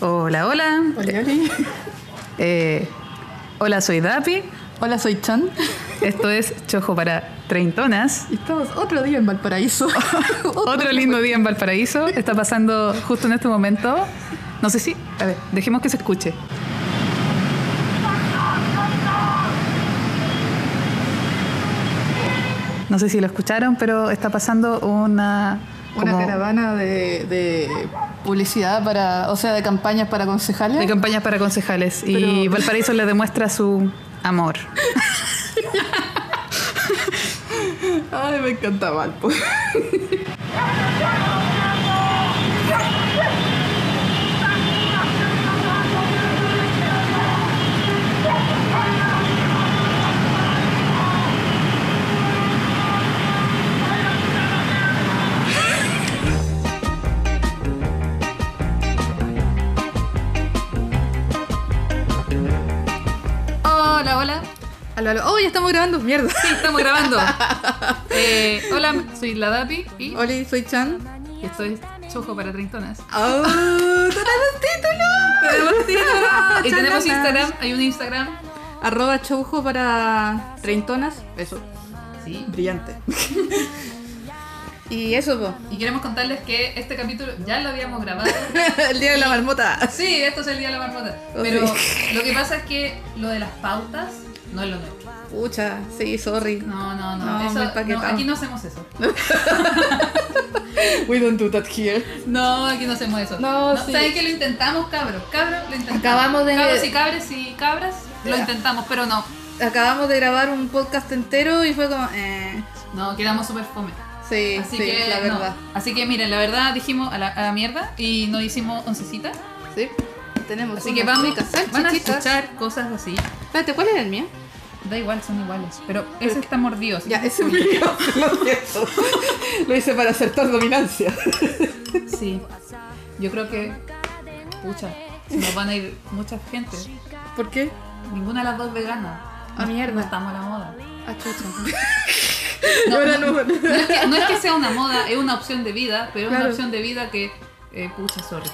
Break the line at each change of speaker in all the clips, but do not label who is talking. Hola, hola.
Hola,
Eh, hola, soy Dapi.
Hola, soy Chan.
Esto es Chojo para Treintonas.
Y estamos otro día en Valparaíso.
Otro lindo día en Valparaíso. Está pasando justo en este momento. No sé si. A ver, dejemos que se escuche. No sé si lo escucharon, pero está pasando una.
Una
como
caravana de, de publicidad para, o sea, de campañas para concejales.
De campañas para concejales. Y
Pero-
Valparaíso le demuestra su amor.
Ay, me encanta pues. Valpo.
Hola, hola.
Aló, aló. Oh, ya estamos grabando, mierda.
Sí, estamos grabando. Eh, hola, soy la Dapi y,
Hola, soy Chan.
y esto es Chojo para Treintonas.
Oh, tenemos título.
Tenemos Twitter, y tenemos
Chanatas.
Instagram, hay un Instagram.
Arroba chaujo para treintonas. Eso,
Sí.
brillante. y eso, po.
Y queremos contarles que este capítulo ya lo habíamos grabado.
El día de la marmota.
Sí, esto es el día de la marmota.
Oh,
Pero
sí.
lo que pasa es que lo de las pautas no es lo nuestro.
Pucha, sí, sorry.
No, no, no.
No,
Eso-
muy empaquetado.
aquí no hacemos eso.
We don't do that here.
No, aquí no hacemos eso.
No, sí.
¿Saben que lo intentamos, cabros? Cabros, lo intentamos.
Acabamos de-
Cabros y cabres y cabras, lo
Ya.
intentamos, pero no.
Acabamos de grabar un podcast entero y fue como, eh,
No, quedamos súper fome.
sí,
Así
sí,
que,
la
no.
verdad.
Así que miren, la verdad dijimos a la, a la mierda y nos hicimos oncecita.
Sí, tenemos.
Así
unas
que vamos,
ricas salchichitas.
van a escuchar cosas así.
Espérate, ¿cuál es el mío?
Da igual, son iguales. Pero ese está mordido. así
Ya, ese es mío, lo siento. Lo hice para acertar dominancia.
que- Sí. Yo creo que. Pucha, se nos van a ir mucha gente.
¿Por qué?
Ninguna de las dos veganas.
Ah, mierda.
No estamos a la moda.
Ah, chucha.
No,
Ahora
no,
no.
no es que, no es que sea una moda, es una opción de vida, pero es una
Claro.
opción de vida que. eh, pucha, sorry.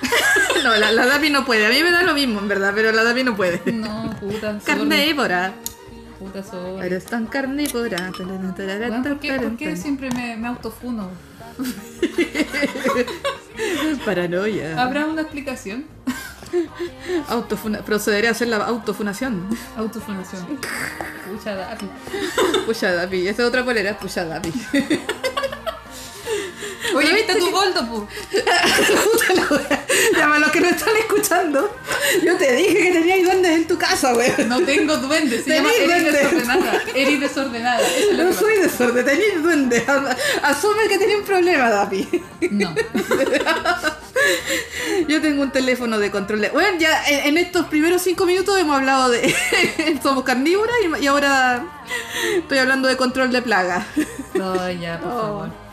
No, la, la Dapi no puede. A mí me da lo mismo, en verdad, pero la Dapi no puede.
No, puta, sorry.
Carnívora.
Puta, sorry.
Eres tan carnívora. Tarara, tarara,
Weón, ¿Por qué, por qué
tarara.
siempre me, me autofuno?
Paranoia.
¿Habrá una explicación?
Autofuna procederé a hacer la autofunación.
Autofunación. Pucha, Dapi.
Puya Dapi. Esta otra polera es Puya Dapi.
Oye, ¿viste tu boldo, pu?
Ya, para los que no están escuchando, yo te dije que tenías duendes en tu casa, weón.
No tengo duende, se llama
Tenés
Eris
duende.
desordenada. Eris desordenada. Eso es lo
No
que pasa.
soy desorden, tenías duendes. A- Asume que tenía un problema, Dapi.
No.
Yo tengo un teléfono de control. de- Bueno, ya en, en estos primeros cinco minutos hemos hablado de. Somos carnívoras y, y ahora estoy hablando de control de plaga.
No, ya, por
Oh.
favor.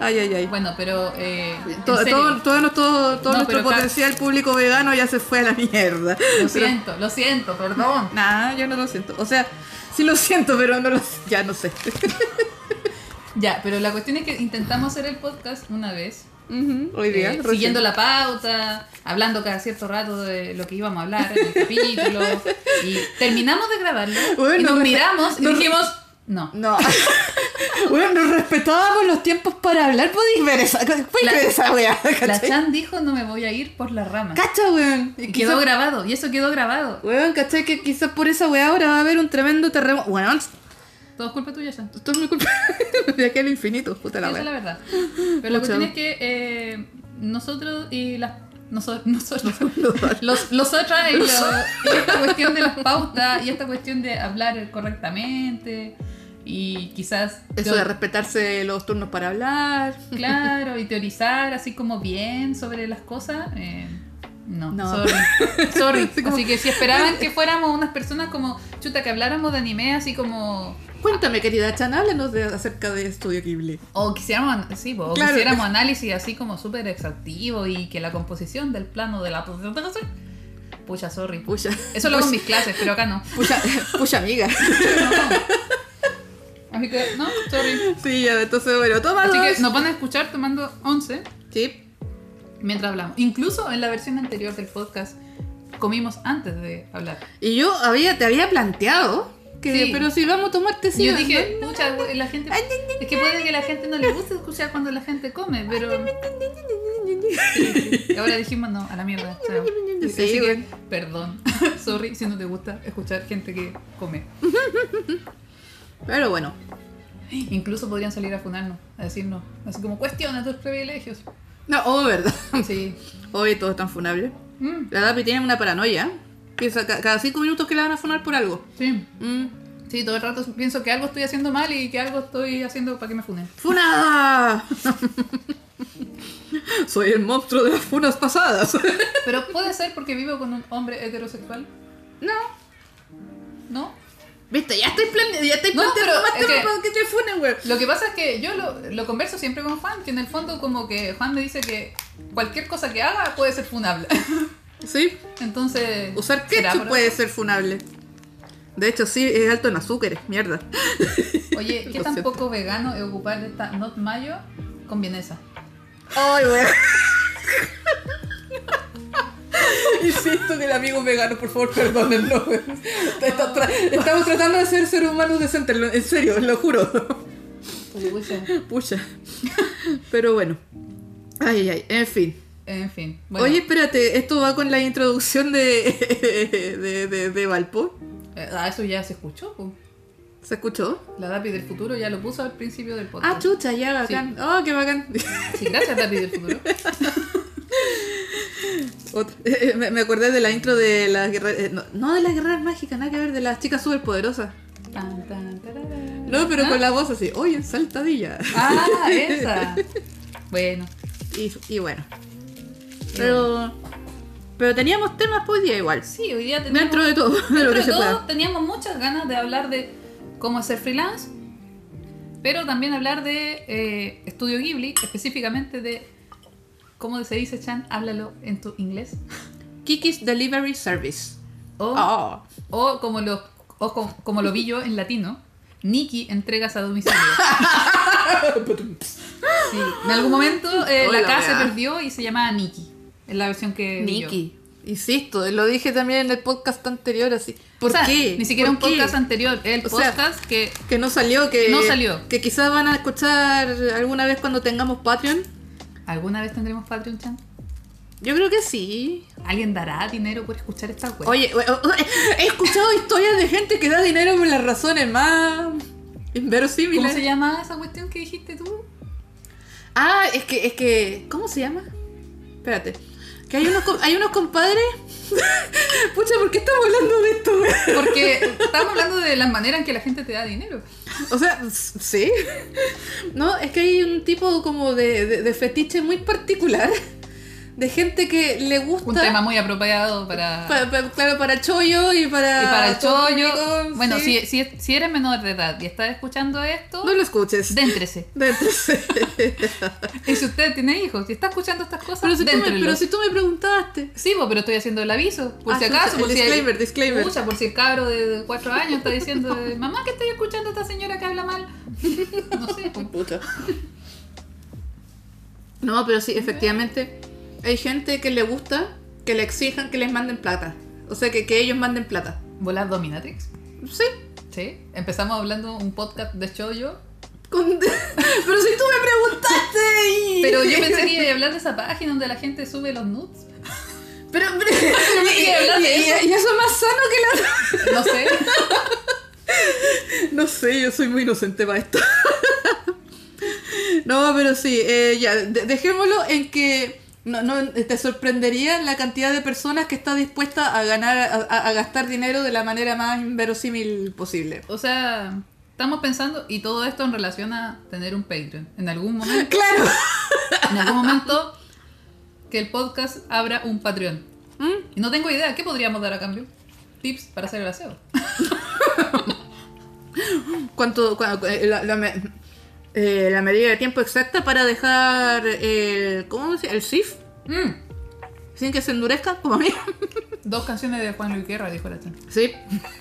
Ay, ay, ay.
Bueno, pero. Eh, en
todo,
serio,
todo, todo nuestro,
No,
todo nuestro
pero ca-
potencial público vegano ya se fue a la mierda.
Lo
Pero-
siento, lo siento, perdón.
Nah, yo no lo siento. O sea, sí lo siento, pero no lo ya no sé.
Ya, pero la cuestión es que intentamos hacer el podcast una vez,
Ujú, Hoy día,
eh,
recién.
siguiendo la pauta, hablando cada cierto rato de lo que íbamos a hablar en el capítulo, y terminamos de grabarlo,
Bueno,
y nos
no-
miramos y
no-
dijimos, no.
No. bueno, nos respetábamos los tiempos para hablar. Podéis ver esa, podéis
La-
ver esa weá.
La
¿cachai?
Chan dijo, no me voy a ir por la rama.
Cacha, weón.
Y
Quizá-
quedó grabado, y eso quedó grabado.
Weón, ¿cachai? Que quizás por esa weá ahora va a haber un tremendo terremoto. Weón,
Todo es culpa tuya, Chan.
esto es mi culpa. De aquí al infinito, puta la
Esa es
weá.
la verdad. Pero la
Mucho.
cuestión es que eh, nosotros y las. Nosotros, nosotros, los, nosotras y, lo- y esta cuestión de las pautas y esta cuestión de hablar correctamente y quizás
Eso
teo-
de respetarse los turnos para hablar.
claro y teorizar así como bien sobre las cosas eh, no,
No.
sorry, sorry.
Así
Así,
como-
que si esperaban que fuéramos unas personas como chuta que habláramos de anime así como
Cuéntame, querida Chan, háblanos de, acerca de Estudio Ghibli.
O quisiéramos, an- sí, po, o
Claro.
quisiéramos análisis así como súper exhaustivo y que la composición del plano de la... Pucha, sorry.
Pucha.
Eso lo hago en mis clases, pero acá no.
Pucha, pucha amiga.
No. Así que, no, sorry.
Sí, ya, entonces, bueno, toma
Así
dos.
que nos van a escuchar tomando 11
Sí.
mientras hablamos. Incluso en la versión anterior del podcast comimos antes de hablar.
Y yo había, te había planteado que,
Sí.
pero si vamos a tomar tecito.
Yo dije, pucha, la gente. Es que puede que la gente no le guste escuchar cuando la gente come, pero. Y ahora dijimos, no, a la mierda. chao.
Sí,
Así que,
güey.
perdón, sorry si no te gusta escuchar gente que come.
Pero bueno,
Incluso podrían salir a funarnos, a decirnos, así como cuestiona tus privilegios.
no, oh, verdad.
Sí.
Hoy todo es tan funable.
Mm,
La Dapi tiene una paranoia. Piensa ca- cada cinco minutos que la van a funar por algo.
sí.
Mm.
Sí, todo el rato pienso que algo estoy haciendo mal y que algo estoy haciendo para que me funen.
¡Funada! Soy el monstruo de las funas pasadas.
Pero puede ser porque vivo con un hombre heterosexual,
no.
¿no?
Viste, ya estoy planeando, ya estoy
No,
planteando
pero
más
es
temas
que-
para que te funen, güey.
Lo que pasa es que yo lo, lo converso siempre con Juan, que en el fondo como que Juan me dice que cualquier cosa que haga puede ser funable.
Sí,
Entonces...
usar
¿será
ketchup
por-
puede ser funable. De hecho, sí, es alto en azúcares, mierda.
Oye, ¿qué
Lo
tan
siento.
poco vegano es ocupar esta not mayo con vienesa?
Ay, güey. Insisto que el amigo vegano, por favor, perdónenlo. güey. Está- tra- Estamos tratando de ser seres humanos decentes, lo- en serio, lo juro. Pucha. Pero bueno. Ay, ay, ay. En fin.
En fin. Bueno,
Oye, espérate, esto va con la introducción de, de, de, de Valpo.
eh, ah, eso ya se escuchó. po.
¿Se escuchó?
La Dapi del futuro ya lo puso al principio del
Ah,
podcast.
chucha, ya, bacán. Oh, qué bacán.
sí, gracias Dapi del futuro.
Otra- eh, eh, me, me acordé de la intro de las guerreras. eh, no, no de las guerreras mágicas, nada que ver, de las chicas superpoderosas.
Tan, tan, tararán.
No, pero
¿Ah?
con la voz así, oye, saltadilla.
Ah, esa. Bueno,
Y, y bueno. Pero. Pero teníamos temas por día igual.
sí, hoy día teníamos,
Dentro de todo, de
dentro
lo que
de
se
todo,
pueda.
teníamos muchas ganas de hablar de cómo hacer freelance, pero también hablar de eh, Estudio Ghibli, específicamente de cómo se dice, Chan, háblalo en tu inglés.
Kiki's Delivery Service.
O,
Oh.
o como lo o co- como, lo vi yo en latino, Nikki entregas a domicilio. Sí, en algún momento eh,
Hola,
la casa
weá.
se perdió y se llamaba Nikki. En la versión que vi yo.
Nikki. Insisto, lo dije también en el podcast anterior, así. ¿Por
O sea,
qué?
Ni siquiera un
¿Por qué?
podcast anterior, el
O sea,
podcast que
Que no salió, que
No salió.
Que quizás van a escuchar alguna vez cuando tengamos Patreon.
alguna vez tendremos Patreon Chan.
Yo creo que sí.
¿Alguien dará dinero por escuchar esta web?
Oye, we- o- o- he escuchado historias de gente que da dinero por las razones más
¿Cómo
inverosímiles.
se llama esa cuestión que dijiste tú?
Ah, es que, es que, ¿cómo se llama? Espérate. Que hay unos, com- hay unos compadres. Pucha, ¿por qué estamos hablando de esto? güey?
Porque estamos hablando de las maneras en que la gente te da dinero.
O sea, s- sí. No, es que hay un tipo como de, de- de fetiche muy particular. De gente que le gusta.
Un tema muy apropiado para...
Pa- pa- claro, para chollo y para.
y para el
todo
chollo.
público,
Bueno,
sí.
si, si, si eres menor de edad y estás escuchando esto,
No lo escuches.
déntrese.
Déntrese.
Y si usted tiene hijos, si está escuchando estas cosas,
pero, si tú me,
déntrelos.
pero si tú me preguntaste.
Sí, po, pero estoy haciendo el aviso. Por
Ah,
si
chucha,
acaso, por
el
si hay-
disclaimer, disclaimer.
Pucha, por si el cabro de 4 años está diciendo, mamá, que estoy escuchando a esta señora que habla mal. No sé. pues, po.
No, pero sí, efectivamente. Hay gente que le gusta que le exijan que les manden plata. O sea, que, que ellos manden plata.
¿Volar Dominatrix?
Sí.
Sí. Empezamos hablando un podcast de Choyo.
con- pero si tú me preguntaste. y-
Pero yo pensé que iba a hablar de esa página donde la gente sube los nudes.
Pero, pero- y,
que hablar de
y- y- y eso es más sano que la.
No sé.
No sé, yo soy muy inocente para esto. no, pero sí, eh, ya, de- dejémoslo en que no, no, te sorprendería la cantidad de personas que está dispuesta a ganar, a- a, a gastar dinero de la manera más inverosímil posible.
O sea, estamos pensando, y todo esto en relación a tener un Patreon. En algún momento,
Claro.
en algún momento que el podcast abra un Patreon.
¿Mm?
Y no tengo idea, ¿qué podríamos dar a cambio? Tips para hacer el aseo.
¿Cuánto, cua- cua- eh, la, la me- eh, la medida de tiempo exacta para dejar el, ¿cómo se dice? El SIF
Mm,
sin que se endurezca como a mí.
dos canciones de Juan Luis Guerra, dijo la chana.
Sí.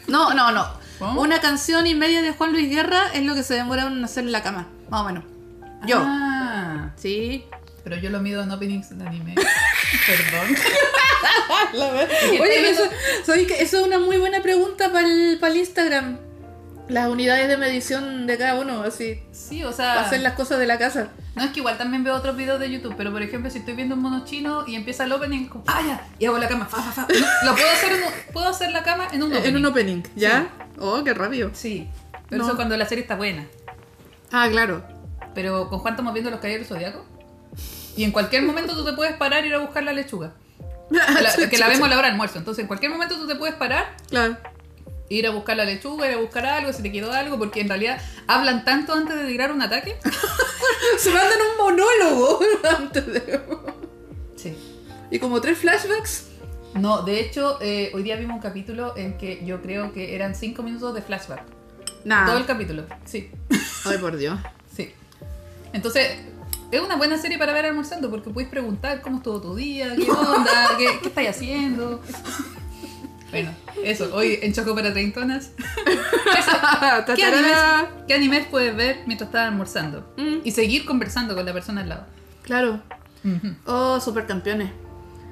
No, no, no.
¿Cómo?
Una canción y media de Juan Luis Ah. Guerra es lo que se demoraron en hacer la cama, más o menos. Yo.
Ah,
Sí.
Pero yo lo mido en openings de anime. Perdón.
La verdad. Oye, eso, ¿sabes qué? eso es una muy buena pregunta para el, para el Instagram. Las unidades de medición de cada uno, así.
Sí, o sea.
Hacer las cosas de la casa.
No, es que igual también veo otros videos de YouTube, pero por ejemplo, si estoy viendo un mono chino y empieza el opening, como, ¡ah, ya! Y hago la cama, fa, fa, fa. No, lo puedo hacer, en un- puedo hacer la cama en un opening.
En un opening, ¿ya? Oh, qué rápido.
Sí, pero
No.
eso cuando la serie está buena.
Ah, claro.
Pero con Juan estamos viendo los caballeros zodiacos. Y en cualquier momento tú te puedes parar y ir a buscar la lechuga.
Ah,
La- que la vemos a la hora de almuerzo. Entonces, en cualquier momento tú te puedes parar, e
Claro.
ir a buscar la lechuga, ir a buscar algo, si te quedó algo, porque en realidad hablan tanto antes de tirar un ataque.
Se mandan un monólogo antes de-
Sí.
Y como tres flashbacks.
No, de hecho, eh, hoy día vimos un capítulo en que yo creo que eran 5 minutos de flashback. Todo el
Nada.
capítulo, sí,
Ay, por Dios.
sí. Entonces, es una buena serie para ver almorzando porque puedes preguntar cómo estuvo tu día, qué onda, qué, qué estáis haciendo. Bueno, eso, hoy en Choco para Treintonas. ¿Qué animes,
Tatarara.
¿Qué animes puedes ver mientras estás almorzando?
Mm.
Y seguir conversando con la persona al lado.
Claro.
Ujú.
Oh, supercampeones.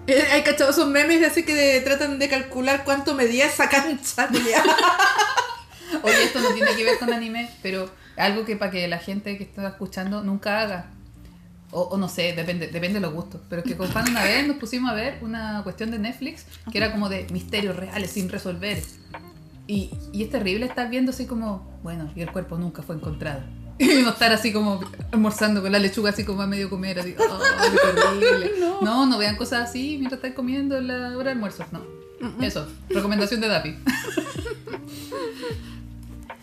Eh, Hay cachado esos memes de así que de- tratan de calcular cuánto medía esa cancha.
Oye, esto no tiene que ver con anime, pero algo que para que la gente que está escuchando nunca haga. O, o no sé, depende, depende de los gustos. Pero que con Fan una vez nos pusimos a ver una cuestión de Netflix que era como de misterios reales sin resolver. Y, y es terrible estar viendo así como, bueno, y el cuerpo nunca fue encontrado. Y uno estar así como almorzando con la lechuga así como a medio comer, así, oh, qué horrible. No. no, vean cosas así mientras están comiendo en la hora de almuerzo, no.
Mm.
Eso, recomendación de Dapi.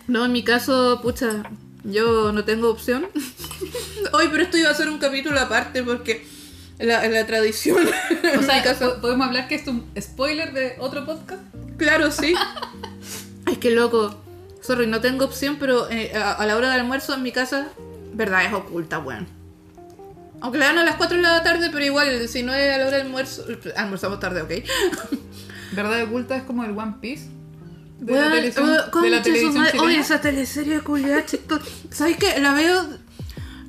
No, en mi caso, pucha, yo no tengo opción. Hoy, pero esto iba a ser un capítulo aparte porque la, la tradición.
O sea, po- podemos hablar que es un spoiler de otro podcast.
Claro, sí. Es que loco. Sorry, no tengo opción, pero eh, a, a la hora del almuerzo en mi casa, verdad es oculta, weón. Aunque la dan a las 4 de la tarde, pero igual, si no es a la hora del almuerzo, almorzamos tarde, ¿ok?
Verdad oculta es como el One Piece de
Weón,
la televisión,
weón,
de la
concha su
televisión
madre. Oye,
chilena.
esa teleserie culiada chistosa. ¿Sabes qué? La veo.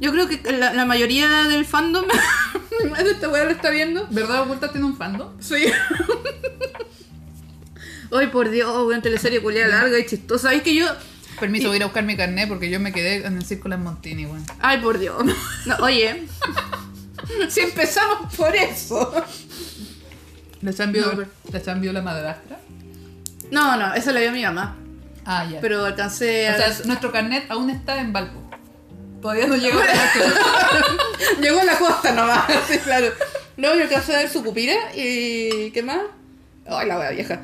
Yo creo que la, la mayoría del fandom de esta weá la está viendo.
Verdad oculta tiene un fandom.
Sí. Ay, por Dios, weón, teleserie culiada larga y chistosa. ¿Sabes que yo.?
Permiso, voy a ir a buscar mi carnet porque yo me quedé en el círculo en Montini, weón.
Ay, por Dios. No, oye. si empezamos por eso.
La chambió,
No, pero-
la chambió la madrastra.
No, no, eso la vio mi mamá.
Ah, ya.
Pero alcancé a.
o sea, nuestro carnet aún está en Valpo. eh, Todavía no llega a la
Llegó a la costa nomás, sí, claro. Luego yo alcancé a ver su pupila y. ¿Qué más? Ay, la wea vieja.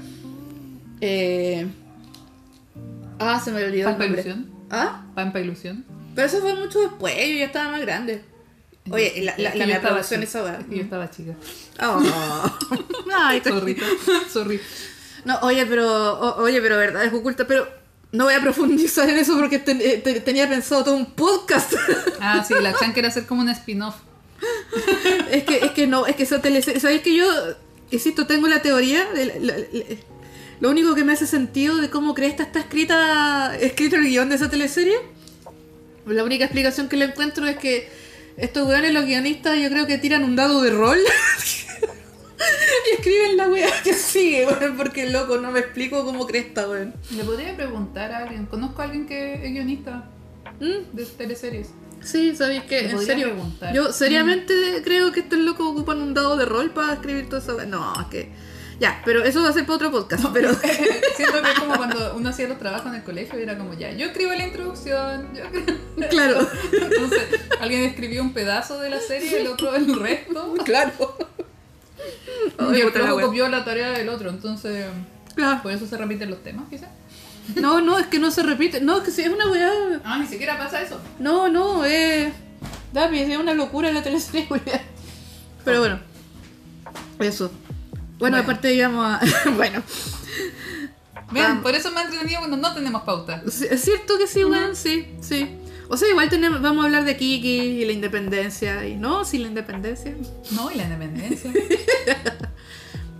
Eh... Ah, se me olvidó el
Pampa
nombre.
Ilusión.
¿Ah?
Pampa Ilusión.
Pero eso fue mucho después, yo ya estaba más grande. Oye, la, la,
Es que
la,
yo
mea
estaba
producción
chica.
esa wea.
Es que Yo estaba chica.
Oh. Ay, te-
Sorrito. Sorry.
No, oye, pero. o- oye, pero verdad es oculta, pero. No voy a profundizar en eso porque ten- eh, te- tenía pensado todo un podcast.
Ah, sí, la Chan quería hacer como un spin-off.
es que es que no es que esa teleserie sabéis que yo insisto tengo la teoría de la- la- la- lo único que me hace sentido de cómo cresta está escrita escrito el guión de esa teleserie la única explicación que le encuentro es que estos weones los guionistas yo creo que tiran un dado de rol y escriben la wea que sigue weón, porque loco no me explico cómo cresta weón
Le podría preguntar a alguien. Conozco a alguien que es guionista
Mm,
de teleseries.
Sí, sabéis que,
Le
Eh, en
podría
serio,
preguntar.
yo seriamente creo que estos locos ocupan un dado de rol para escribir todo eso. No, es que. Ya, pero eso va a ser para otro podcast. pero
Siento que es como cuando uno hacía los trabajos en el colegio y era como ya, yo escribo la introducción, yo escribo-
claro,
Entonces, alguien escribió un pedazo de la serie, el otro el resto.
claro.
y
Ay,
el
puta la
profe
wea.
copió la tarea del otro, entonces.
Claro.
Por eso se repiten los temas, quizás.
No, no, es que no se repite. No, es que sí, es una weá.
Ah, ni siquiera pasa eso.
No, no, eh. Dapi, es una locura la teleserie, weá. Pero bueno, eso. Bueno,
Bueno.
aparte, digamos. a- bueno,
Vean,
Ah.
por eso me ha entretenido cuando no tenemos pauta.
Sí, Es cierto que sí, weón, sí, sí. O sea, igual tenemos, vamos a hablar de Kiki y la independencia. Y no, sí, la independencia.
No, y la independencia.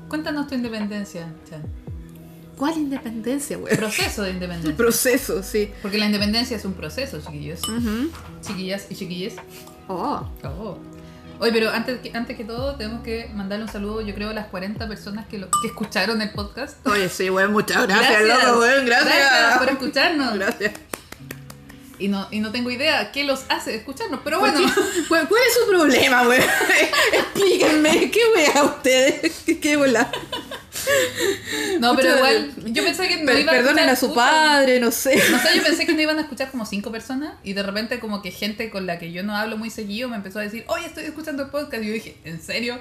Cuéntanos tu independencia, Chan.
¿Cuál independencia, weón?
Proceso de independencia.
Proceso, sí.
Porque la independencia es un proceso, chiquillos.
Ujú.
Chiquillas y chiquilles.
Oh,
Oh. Oye, pero antes que, antes que todo, tenemos que mandarle un saludo, yo creo, a las 40 personas que, lo, que escucharon el podcast.
Oye, sí, weón, muchas gracias, gracias. loco, weón, gracias.
Gracias por escucharnos.
Gracias.
Y no, y no tengo idea qué los hace escucharnos, pero bueno.
¿Cuál, cuál es su problema, weón? Explíquenme, ¿qué wea ustedes? ¿Qué, qué bola?
No, pero igual, yo pensé que no iban
a Perdonen a su puta. padre, no sé.
No sé, yo pensé que no iban a escuchar como cinco personas y de repente como que gente con la que yo no hablo muy seguido me empezó a decir, oye, estoy escuchando el podcast. Y yo dije, ¿en serio?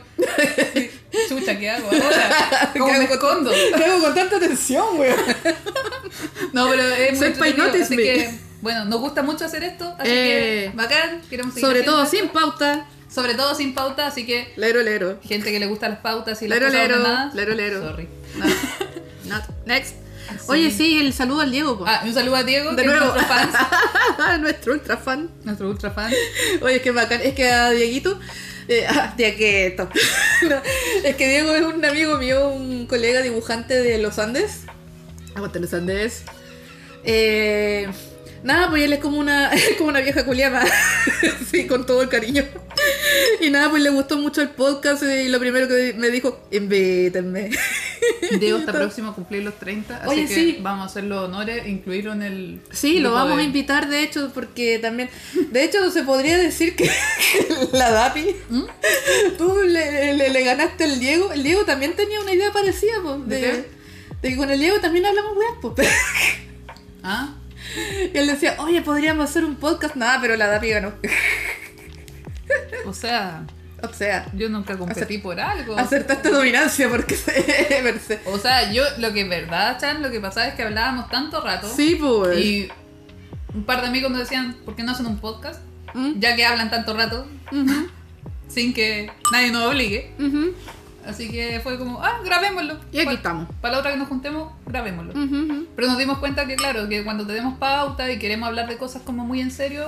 Chucha, ¿qué hago ahora? ¿Cómo me escondo?
¿Qué hago con tanta atención, weón?
No, pero es Soy muy así que, bueno, nos gusta mucho hacer esto, así eh, que bacán, queremos seguir
Sobre
haciendo
todo sin pauta.
Sobre todo sin pauta, así que.
Lero, lero.
Gente que le gustan las pautas y
Lero,
las cosas
lero.
ordenadas.
Lero, lero.
Sorry.
Not. Next. Oye, sí, el saludo al Diego, po.
Ah, un saludo a Diego,
De
que es
nuevo.
nuestro fan,
Nuestro ultra fan.
nuestro ultra fan.
Oye, es que bacán. Es que a Dieguito. eh, ah, Dieguito. No, es que Diego es un amigo mío, un colega dibujante de los Andes. Aguante los Andes. Eh, nada, pues él es como una, es como una vieja culiada. sí, con todo el cariño. Y nada, pues le gustó mucho el podcast eh, y lo primero que me dijo, invítenme.
Diego está próximo a cumplir los 30, así
Oye,
que
sí.
vamos a hacer los honores, incluirlo en el.
Sí, lo
grupo
vamos a
de-
invitar, de hecho, porque también. De hecho, se podría decir que la DAPI. Tú le, le- le ganaste al Diego. El Diego también tenía una idea parecida, po,
¿De
de,
qué?
de que con el Diego también hablamos weas, po.
Ah,
Y él decía, oye, podríamos hacer un podcast. Nada, pero la DAPI ganó.
o sea,
O sea,
yo nunca competí por algo.
acertaste dominancia porque. se-
O sea, yo lo que es verdad, Chan, lo que pasaba es que hablábamos tanto rato
sí, pues.
y un par de amigos nos decían, ¿por qué no hacen un podcast?
Mm.
Ya que hablan tanto rato
Ujú,
sin que nadie nos obligue.
ujú.
Así que fue como, ah, grabémoslo.
Y aquí
Pa-
estamos.
Para la otra que nos juntemos, grabémoslo.
Ujú, ujú.
Pero nos dimos cuenta que, claro, que cuando tenemos pauta y queremos hablar de cosas como muy en serio,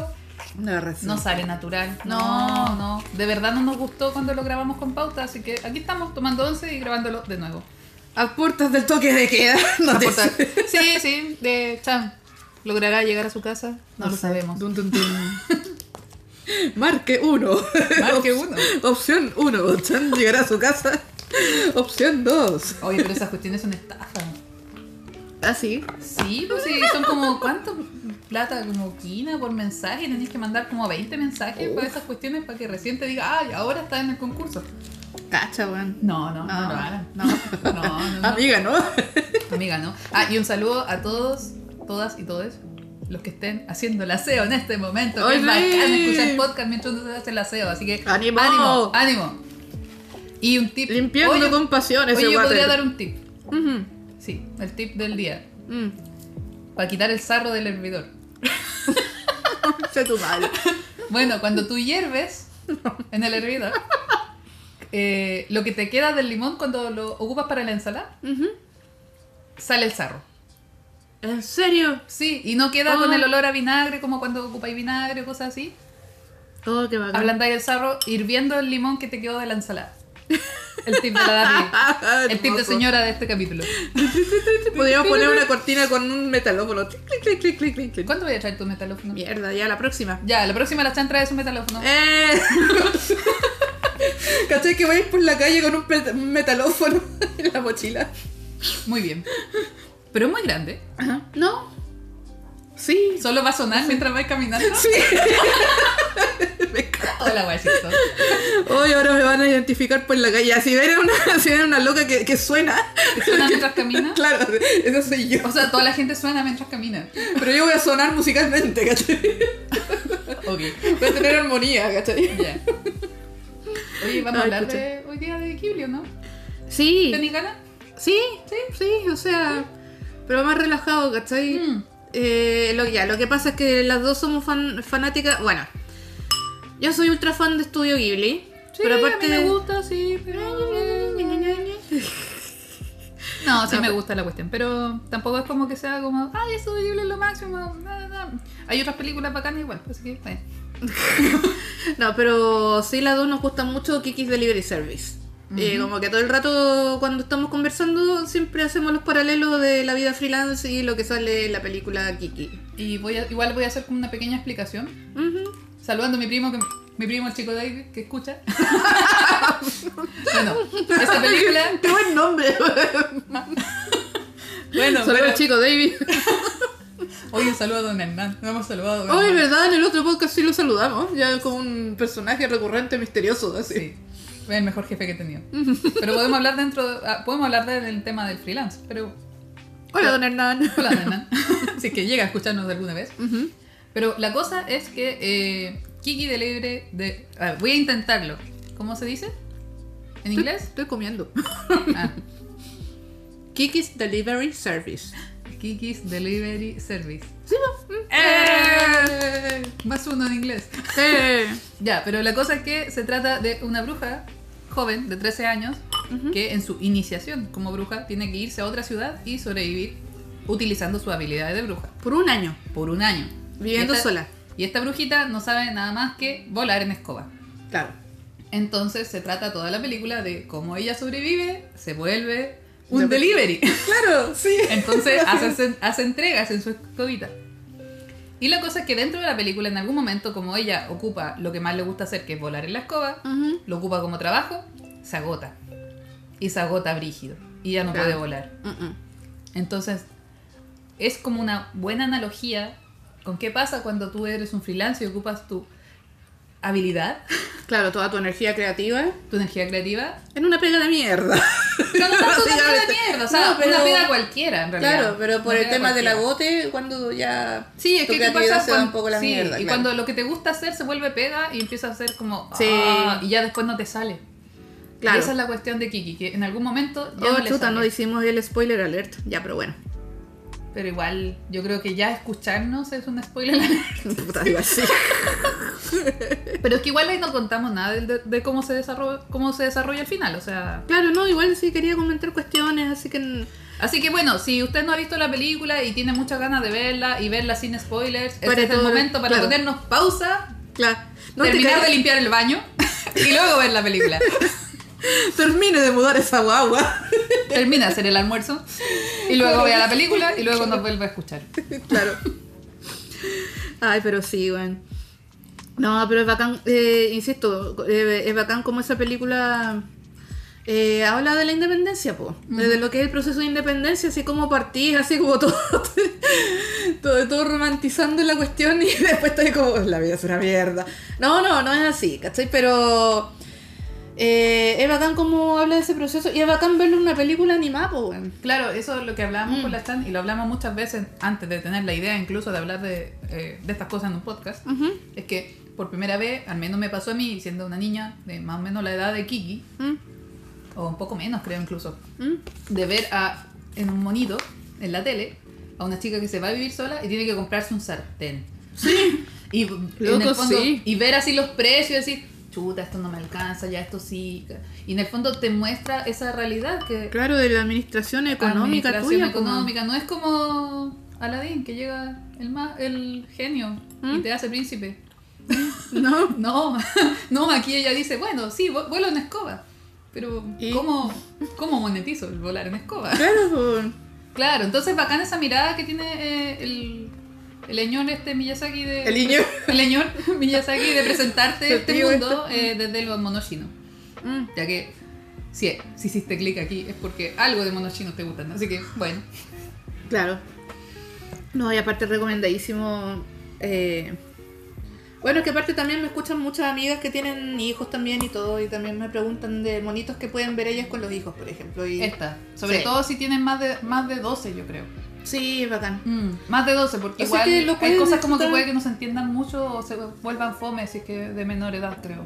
No, razón.
no sale natural. No,
No.
no. De verdad no nos gustó cuando lo grabamos con pauta, así que aquí estamos tomando once y grabándolo de nuevo.
A puertas del toque de queda. No te
Aportar. Sí, sí, de Chan. ¿Logrará llegar a su casa? No, lo
sé.
sabemos.
Dun, dun, dun. Marque uno.
Marque uno.
Opción 1. Chan llegará a su casa. Opción 2.
Oye, pero esas cuestiones son estafa.
Ah, sí.
Sí, pues sí, son como, ¿cuánto plata? Como quina por mensaje. y Tenés que mandar como 20 mensajes para esas cuestiones para que recién te diga, ay, ahora está en el concurso.
Cacha, weón.
No, no, no,
No,
lo hagan.
no.
no, no, no.
Amiga, ¿no?
Amiga, ¿no? Ah, y un saludo a todos, todas y todes los que estén haciendo el aseo en este momento. que
¡Ay,
es
sí!
bacán escuchar podcast mientras uno hace el aseo, así que
¡Ánimo!
ánimo, ánimo. Y un tip.
Limpiando
Oye,
con pasión ese
oye, yo
water.
podría dar un tip.
Ujú.
Sí, el tip del día.
Mm.
Para quitar el sarro del hervidor.
Sé tu madre.
Bueno, cuando tú hierves en el hervidor, eh, lo que te queda del limón cuando lo ocupas para la ensalada,
Ujú.
sale el sarro.
¿En serio?
Sí, y no queda
Ah.
con el olor a vinagre como cuando ocupáis vinagre o cosas así.
Todo que va
Ablandáis el sarro hirviendo el limón que te quedó de la ensalada. El tip de la
Ah,
Daphne. El tip de señora de este capítulo.
Podríamos poner una cortina con un metalófono. Clic, clic, clic, clic, clic, clic, clic.
¿Cuánto voy a traer tu metalófono?
Mierda, ya la próxima.
Ya, la próxima la chan trae su metalófono.
Eh. ¿Cachai que vais por la calle con un pet- un metalófono en la mochila?
Muy bien. Pero es muy grande.
¿No? Sí.
Solo va a sonar mientras vais caminando.
Sí.
Hola, guachito.
Hoy ahora me van a identificar por la calle. Ah, Si ven a una, si ven a una loca que, que suena,
¿Suena mientras camina?
claro, esa soy yo.
O sea, toda la gente suena mientras camina.
Pero yo voy a sonar musicalmente, ¿cachai?
Ok,
Voy a tener armonía, ¿cachai?
ya. Oye, vamos a
Ay,
hablar
pucha.
de, hoy día de equilibrio, ¿no?
Sí.
¿Tenís ganas?
Sí, sí, sí, o sea, pero más relajado, ¿cachai?
Mm.
Eh, lo, ya, lo que pasa es que las dos somos fan- fanáticas, bueno, yo soy ultra fan de Estudio Ghibli,
Sí,
pero
a
aparte...
mí me gusta, sí, pero... No, sí
No,
me
pero-
gusta la cuestión, pero tampoco es como que sea como, ay, eso de Ghibli es lo máximo. na, na, na". Hay otras películas bacanas igual, así que, bueno.
No, pero sí las dos nos gusta mucho Kiki's Delivery Service. Eh, como que todo el rato cuando estamos conversando siempre hacemos los paralelos de la vida freelance y lo que sale en la película Kiki.
Y voy a- igual voy a hacer como una pequeña explicación.
Ujú.
Saludando a mi primo que mi primo el chico David que escucha. bueno, esta película.
Qué buen nombre.
bueno,
Saludos
pero-
chico David.
Hoy un saludo a don Hernán. No hemos saludado a don
Hoy,
Hernán.
verdad, en el otro podcast sí lo saludamos, ya como un personaje recurrente misterioso, así.
Sí. Es el mejor jefe que he tenido. Pero podemos hablar dentro ah, podemos hablar del tema del freelance, pero
Hola, don Hernán.
hola Hernán. si es que llega a escucharnos alguna vez.
Ujú.
Pero la cosa es que eh, Kiki de Libre de a ver, voy a intentarlo. ¿Cómo se dice? ¿En inglés?
Estoy comiendo.
Ah,
Kiki's Delivery Service.
Kiki's Delivery Service.
¡Eh!
Más uno en inglés.
¡Eh!
Ya, pero la cosa es que se trata de una bruja joven de 13 años que en su iniciación como bruja tiene que irse a otra ciudad y sobrevivir utilizando sus habilidades de bruja
Por un año,
por un año.
viviendo
Y esta-
sola.
Y esta brujita no sabe nada más que volar en escoba.
Claro.
Entonces se trata toda la película de cómo ella sobrevive, se vuelve un
De-
delivery.
Claro, sí.
Entonces hace, hace entregas en su escobita. Y la cosa es que dentro de la película, en algún momento, como ella ocupa lo que más le gusta hacer, que es volar en la escoba,
Ujú.
lo ocupa como trabajo, se agota. Y se agota brígido. Y ya no
Claro.
puede volar.
Mm, mm.
Entonces, es como una buena analogía con qué pasa cuando tú eres un freelance y ocupas tu habilidad,
Claro, toda tu energía creativa
tu energía creativa.
en una pega de mierda.
No, no tanto una pega
Básicamente.
de mierda, o sea,
No, pero-
una pega cualquiera en realidad.
Claro, pero por
Una
el
pega
tema del
cualquiera.
agote, cuando ya
Sí, es que
tu
¿qué
creatividad
pasa
se va
cuando-
un poco a la
sí,
mierda.
Y
claro.
cuando lo que te gusta hacer se vuelve pega y empieza a hacer como.
Sí.
"Ah", y ya después no te sale.
Claro.
Y esa es la cuestión de Kiki, que en algún momento ya
Oh,
no le
chuta,
sale.
no hicimos el spoiler alert. Ya, pero bueno.
Pero igual, yo creo que ya escucharnos es un spoiler.
Puta, digo así.
Pero es que igual ahí no contamos nada de, de- de cómo se desarrolla cómo se desarrolla el final, o sea.
Claro, no, igual sí quería comentar cuestiones, así que n-
Así que bueno, si usted no ha visto la película y tiene muchas ganas de verla y verla sin spoilers,
Para
este es el
todo-
momento para
claro.
ponernos pausa,
claro. No te
terminar
cagas.
de limpiar el baño y luego ver la película.
Termine de mudar esa guagua.
Termina de hacer el almuerzo y luego vea la película y luego nos vuelve a escuchar.
claro. Ay, pero sí, weón. No, pero es bacán, eh, insisto, eh, es bacán como esa película eh, habla de la independencia, po. De- De lo que es el proceso de independencia, así como partís, así como todo, todo, todo romantizando la cuestión y después estás como, la vida es una mierda. No, no, no es así, ¿cachai? Pero eh, es bacán como habla de ese proceso y es bacán verlo en una película animada, po, weón.
Claro, eso es lo que
Mm.
hablábamos con la Stan y lo hablamos muchas veces antes de tener la idea incluso de hablar de, eh, de estas cosas en un podcast. Es que por primera vez, al menos me pasó a mí, siendo una niña de más o menos la edad de Kiki,
Mm,
o un poco menos creo incluso,
mm.
de ver a, en un monito, en la tele, a una chica que se va a vivir sola y tiene que comprarse un sartén. Y, en el
Loco,
fondo-
sí.
y ver así los precios y decir, chuta, esto no me alcanza, ya esto sí. Y en el fondo te muestra esa realidad que
Claro, de la administración económica
administración
tuya. pues, po, weón.
económica. No es como Aladdin, que llega el, ma- el genio y
¿Mm?
te hace príncipe.
No.
No, no, aquí ella dice, bueno, sí, vo- vuelo en escoba. Pero,
¿Y?
¿cómo, ¿cómo monetizo el volar en escoba?
Claro, po.
Claro, entonces bacán esa mirada que tiene eh, el, el leñor este Miyazaki de...
El niño.
el leñor Miyazaki de presentarte
El
este
tío
mundo eh, desde el monoshino.
Mm.
Ya que si, si hiciste clic aquí es porque algo de monoshino te gusta, ¿no? Así que, bueno.
Claro. No, y aparte recomendadísimo. eh, Bueno, es que aparte también me escuchan muchas amigas que tienen hijos también y todo, y también me preguntan de monitos que pueden ver ellas con los hijos, por ejemplo. Y...
Esta. Sobre
Sí.
todo si tienen más de, más de 12, yo creo.
Sí, es bacán.
Mm, Más de 12, porque
Así
igual
que lo
hay
pueden
cosas como que
disfrutar.
puede que no se entiendan mucho o se vuelvan fome si es que de menor edad, creo.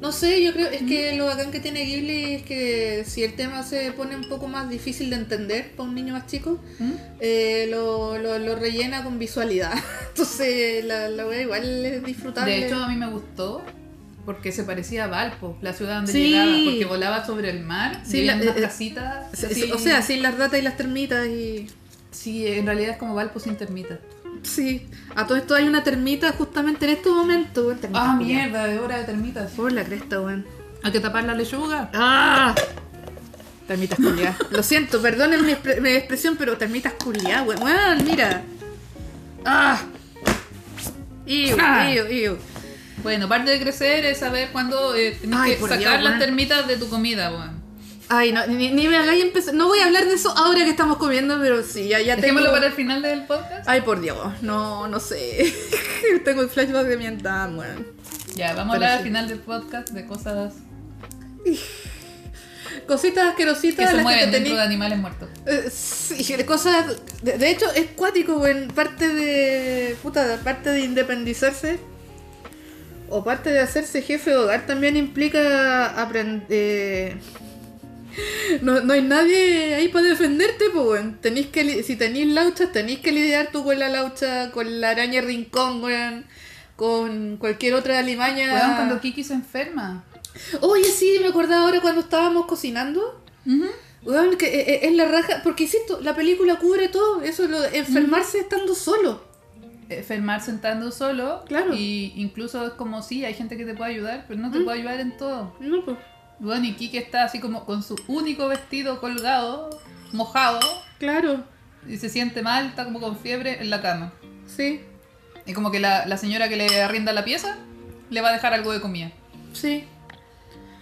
No sé, yo creo, es que lo bacán que tiene Ghibli es que si el tema se pone un poco más difícil de entender para un niño más chico, eh, lo, lo, lo rellena con visualidad. Entonces, la, la wea igual es disfrutable.
De hecho, a mí me gustó porque se parecía a Valpo, la ciudad donde
Sí.
llegaba, porque volaba sobre el mar,
Sí,
sí, en
la-
unas
eh,
casitas.
Sí,
así.
sí, O sea, sin las ratas y las termitas y...
Sí, en realidad es como Valpo sin termita.
Sí, a todo esto hay una termita justamente en este momento, weón. Termita
Ah,
culiao.
mierda, de hora de termitas.
Por la cresta, weón.
Hay que tapar la lechuga.
¡Ah! Termitas culiadas. Lo siento, perdonen mi, expre- mi expresión, pero termitas culiadas, weón. Weón, mira. ¡Ah! Iu,
Ah.
iu, iu.
Bueno, parte de crecer es saber cuándo eh, tenés
Ay,
que
por
sacar
Dios,
las
weón.
termitas de tu comida, weón.
Ay, no, ni, ni me hagáis empezar. No voy a hablar de eso ahora que estamos comiendo, pero sí, ya, ya tengo.
Dejémoslo para el final del podcast.
Ay, por Dios, no, no sé. tengo el flashback de mi edad, bueno.
Ya, vamos a
Pero
hablar
sí.
al final del podcast de cosas
Cositas
que
asquerositas
se
las
mueven
que te
dentro de
tenéis.
animales muertos.
Eh, sí, de cosas. De, de hecho, es cuático, güey. Parte de. Puta, de- parte de independizarse. O parte de hacerse jefe de hogar también implica aprender. No, no hay nadie ahí para defenderte, pues, weón. Tenéis que li- si tenéis lauchas, tenéis que lidiar tú con la laucha, con la araña rincón, weón. Con cualquier otra alimaña.
Weón, cuando Kiki se enferma.
Oye, sí, me acordaba ahora cuando estábamos cocinando.
Ujú.
Weón, que e- e- es la raja. Porque insisto, la película cubre todo. Eso, lo de enfermarse estando solo.
enfermar sentando Eh, solo.
Claro.
Y incluso es como, sí, hay gente que te puede ayudar, pero no te puede ayudar en todo.
No, pues.
Bueno, y Kike está así como con su único vestido colgado, mojado,
Claro,
y se siente mal, está como con fiebre en la cama.
sí,
Y como que la, la señora que le arrienda la pieza le va a dejar algo de comida.
sí.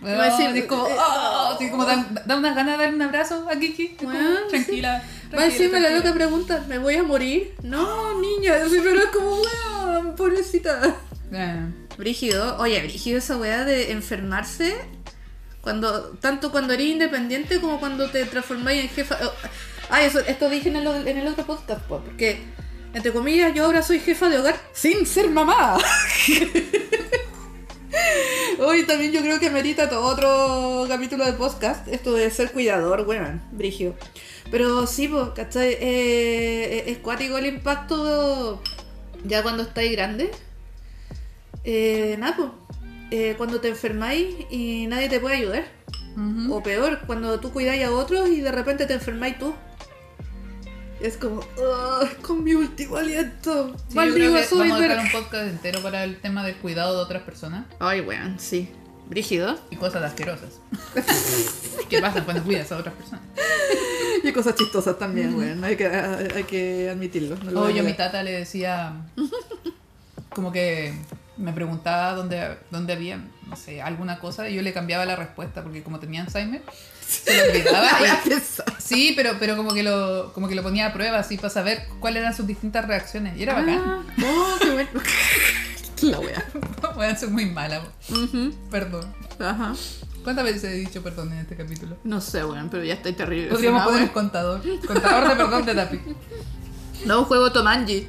Weón,
Va a decir,
es como,
eh, oh.
"Ah", así como dan, dan unas ganas de dar un abrazo a Kiki. como,
Weón,
tranquila.
Va
tranquila,
encima la
tranquila".
loca pregunta, ¿me voy a morir? No, niña, sí, pero es como, weón, pobrecita.
Ah.
Brígido, oye, brígido esa weá de enfermarse. Cuando, tanto cuando eres independiente como cuando te transformáis en jefa. oh, ah, eso, esto dije en el, en el otro podcast, po, porque, entre comillas, yo ahora soy jefa de hogar sin ser mamá. Hoy también yo creo que merita todo otro capítulo de podcast, esto de ser cuidador, weón, brígido. Pero sí, pues, ¿cachai? Eh, es cuático el impacto ya cuando estáis grande. Eh, nada, po. Eh, cuando te enfermáis y nadie te puede ayudar.
Ujú.
O peor, cuando tú cuidáis a otros y de repente te enfermáis tú. Es como, "Ah, con mi último
Sí,
aliento.
yo creo
Maldigo
que
soy,
vamos a
pero-".
dejar un podcast entero para el tema del cuidado de otras personas.
Ay, weón, sí. Brígido.
y cosas asquerosas. ¿Qué pasa cuando cuidas a otras personas?
Y cosas chistosas también, weón. Hay que, hay que admitirlo. no lo
Oh,
voy a
yo a mi
negar.
tata le decía, como que me preguntaba dónde, dónde había, no sé, alguna cosa, y yo le cambiaba la respuesta, porque como tenía Alzheimer, se lo olvidaba. y- sí, pero, pero como, que lo, como que lo ponía a prueba, así, para saber cuáles eran sus distintas reacciones. Y era bacán.
Ah, oh, qué bueno. La wea.
Bueno, soy muy mala,
Ujú,
perdón.
Ajá.
¿Cuántas veces he dicho perdón en este capítulo?
No sé, weón, pero ya estoy terrible.
Podríamos
Ah,
poner
weón.
un contador. Contador de perdón de Tapi.
No, juego Tomanji.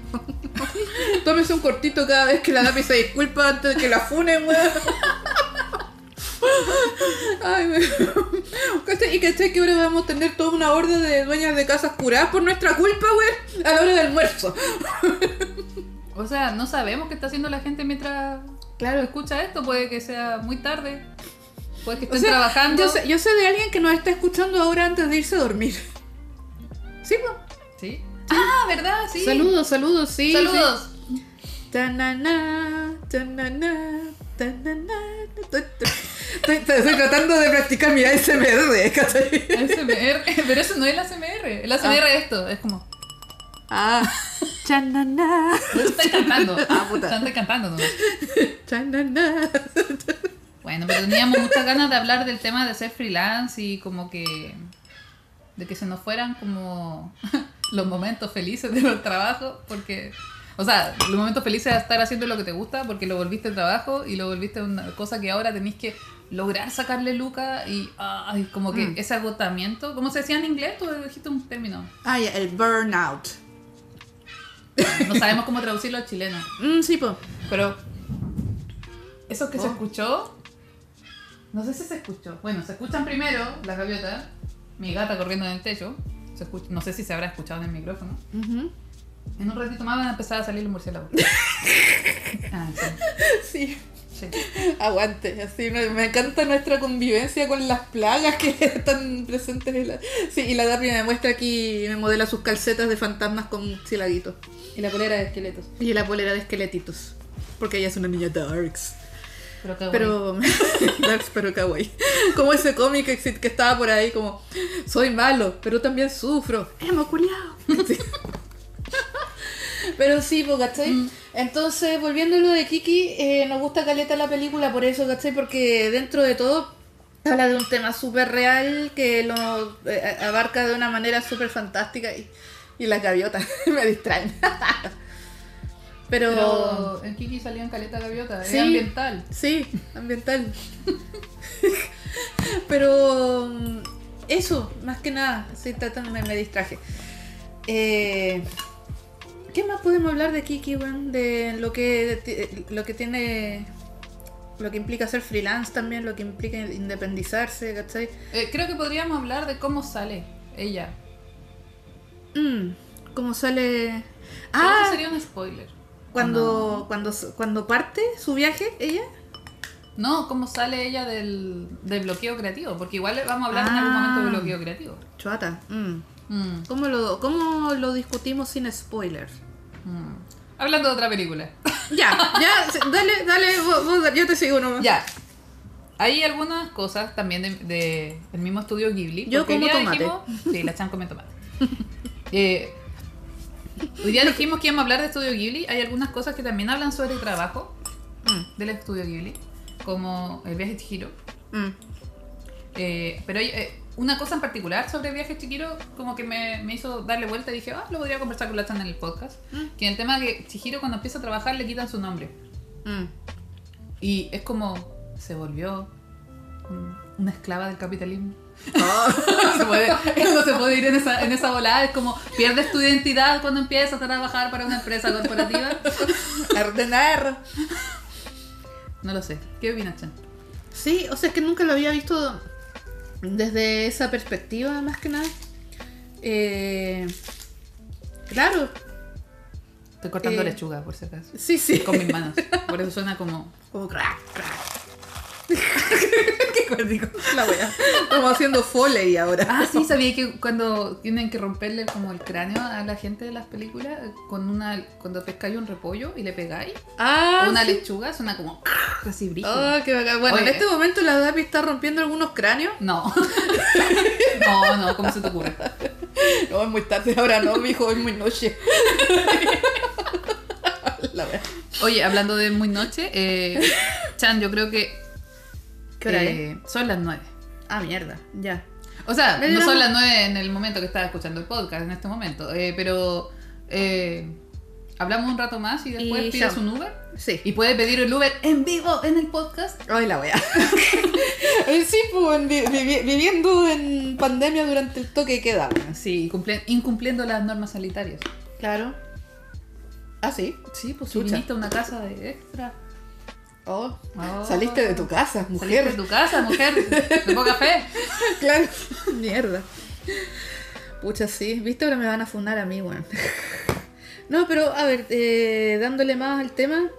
Tómese un cortito cada vez que la Dami se disculpa antes de que la funen, weón. Ay, weón. ¿Cachai? Y cachai que ahora vamos a tener toda una horda de dueñas de casas curadas por nuestra culpa, weón, a la hora del almuerzo.
O sea, no sabemos qué está haciendo la gente mientras claro. escucha esto. Puede que sea muy tarde. Puede que
O
estén
sea,
trabajando.
Yo sé, yo sé de alguien que nos está escuchando ahora antes de irse a dormir. ¿Sí, po?
¿Sí? Ah, ¿verdad? Sí.
Saludos, saludos, sí. sí.
Saludos.
Ta-na-na, ta-na-na, ta-na-na, ta-ta. Estoy, estoy- estoy tratando de practicar mi ASMR, ¿cachai?
ASMR. Pero eso no es el ASMR. El ASMR es esto. Es como.
Ah, chanana,
Están cantando.
Ah, puta.
Están cantando nomás.
chanana.
Bueno, pero teníamos muchas ganas de hablar del tema de ser freelance y como que. de que se nos fueran como los momentos felices de los trabajos, porque. O sea, los momentos felices de estar haciendo lo que te gusta, porque lo volviste trabajo y lo volviste una cosa que ahora tenés que lograr sacarle luca y. ay, como que
Mm.
ese agotamiento. ¿Cómo se decía en inglés? Tú dijiste un término.
Ah, ya, el burnout.
No sabemos cómo traducirlo al chileno,
Mm, sí, po.
pero. Eso que se
Oh.
escuchó. No sé si se escuchó. Bueno, se escuchan primero las gaviotas, mi gata corriendo en el techo. Se escucha- no sé si se habrá escuchado en el micrófono.
Ujú.
En un ratito más van a empezar a salir los murciélagos. Ah,
Sí,
sí, sí.
aguante. Así, me, me encanta nuestra convivencia con las plagas que están presentes. En la... Sí, y la Darby me muestra aquí, me modela sus calcetas de fantasmas con cilaguitos.
Y la polera de esqueletos.
Y la polera de esqueletitos. Porque ella es una niña darks.
Pero qué bueno.
Pero. darks, pero kawaii. Como ese cómic que, que estaba por ahí, como. Soy malo, pero también sufro. Hemos culiado. Pero sí, pues, ¿cachai? Entonces, volviendo a lo de Kiki, eh, nos gusta caleta la película por eso, ¿cachai? Porque dentro de todo habla de un tema súper real que lo eh, abarca de una manera súper fantástica y, y las gaviotas me distraen. Pero...
Pero en Kiki salió en caleta gaviota,
Sí.
es ambiental.
Sí, ambiental. Pero mm, eso, más que nada, sí, tratando, me, me distraje. Eh, ¿Qué más podemos hablar de Kiki, weón? De lo que, ti- lo que tiene... Lo que implica ser freelance también, lo que implica independizarse, ¿cachai?
Eh, creo que podríamos hablar de cómo sale ella.
Mm, ¿Cómo sale...?
Pero
Ah,
eso sería un spoiler.
cuando, cuando, cuando parte su viaje, ella.
No, cómo sale ella del, del bloqueo creativo, porque igual vamos a hablar en algún
Ah.
momento de bloqueo creativo.
Chuata. mm.
Mm,
¿Cómo, lo, ¿Cómo lo discutimos sin spoilers?
mm. Hablando de otra película.
Ya, ya, se- dale, dale, vos, vos, yo te sigo nomás.
ya. Hay algunas cosas también de, de- del mismo estudio Ghibli.
Yo
porque hoy
como
día
tomate.
dijimos- sí, la chan come tomate. Eh, hoy día dijimos que íbamos a hablar de estudio Ghibli. Hay algunas cosas que también hablan sobre el trabajo
Mm,
del estudio Ghibli, como el viaje de Chihiro.
mm.
Eh, pero hay, eh, una cosa en particular sobre viajes Chihiro como que me, me hizo darle vuelta y dije, ah, lo podría conversar con la Chan en el podcast.
Mm.
Que el tema que Chihiro cuando empieza a trabajar le quitan su nombre.
Mm.
Y es como, se volvió un- una esclava del capitalismo.
Oh,
Se puede- no se puede ir en esa, en esa volada, es como pierdes tu identidad cuando empiezas a trabajar para una empresa corporativa.
Ordenar.
No lo sé. ¿Qué opinas, Chan?
Sí, o sea, es que nunca lo había visto desde esa perspectiva, más que nada. Eh, claro,
Estoy cortando
Eh.
lechuga, por si acaso.
sí, sí.
Con mis manos. Por eso suena como...
Como crack, crack. Qué cuerdico, la wea. Como haciendo foley ahora.
Ah, sí, sabía que cuando tienen que romperle como el cráneo a la gente de las películas, con una, cuando pescáis un repollo y le pegáis,
Ah,
o una
sí.
lechuga, suena como así brillo.
Oh, qué bacán. Bueno, en
Oye.
este momento la Dapi está rompiendo algunos cráneos.
No. no, no, ¿cómo se te ocurre?
No, es muy tarde ahora, no, mijo, es muy noche. La wea.
Oye, hablando de muy noche, eh, Chan, yo creo que
¿Qué hora
eh, son las nueve.
Ah, mierda, ya.
O sea,
Me
no
dieron-
son las nueve en el momento que estaba escuchando el podcast, en este momento, eh, pero eh, hablamos un rato más y después
Y
pides
chao.
un Uber.
Sí.
Y puedes pedir el Uber en vivo en el podcast
Ay, la wea. Eh, sí, pues en vi- vi- viviendo en pandemia durante el toque queda.
Sí, cumplen- incumpliendo las normas sanitarias.
Claro. Ah, sí.
Sí, pues
si viniste
a una casa de extra.
Oh.
Oh.
Saliste de tu casa,
Saliste de
mujer.
tu casa, mujer. De poca fe.
Claro. Mierda. Pucha, sí. Viste, ahora me van a funar a mí, weón. No, pero a ver, eh, dándole más al tema.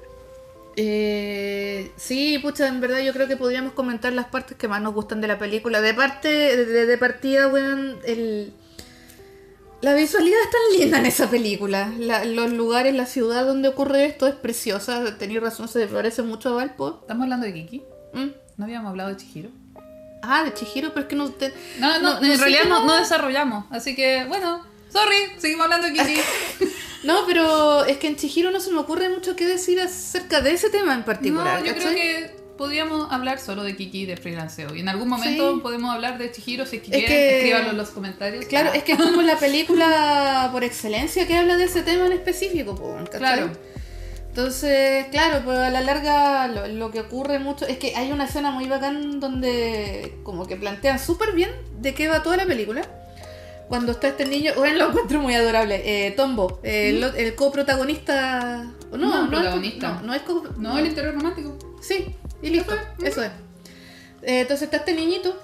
eh, sí, pucha, en verdad yo creo que podríamos comentar las partes que más nos gustan de la película. De parte, de, de partida, weón, el... La visualidad es tan linda en esa película. La- los lugares, la ciudad donde ocurre esto es preciosa. Tenía razón, se parece mucho a Valpo.
Estamos hablando de Kiki.
Mm.
No habíamos hablado de Chihiro.
Ah, de Chihiro, pero es que no... te-
No,
No,
no,
no
en
sé
realidad
qué
no,
más.
no desarrollamos. Así que, bueno, sorry, seguimos hablando de Kiki.
No, pero es que en Chihiro no se me ocurre mucho que decir acerca de ese tema en particular.
No, yo creo
¿cachai?
que podríamos hablar solo de Kiki y de freelanceo. Y en algún momento
Sí.
podemos hablar de Chihiro si es que
Es
quieren.
que-
Escríbanlo en los comentarios.
Claro,
Ah,
es que es como la película por excelencia que habla de ese tema en específico, po, ¿cachai?
Claro.
Entonces, claro, pero a la larga lo, lo que ocurre mucho es que hay una escena muy bacán donde como que plantean súper bien de qué va toda la película. Cuando está este niño, bueno, lo encuentro muy adorable, eh, Tombo, eh, el, o- el coprotagonista... o No,
¿Mm? No,
no, es co-
protagonista.
no, no es co-
No, el interior romántico.
Sí, y listo. Eso es. Eh, entonces está este niñito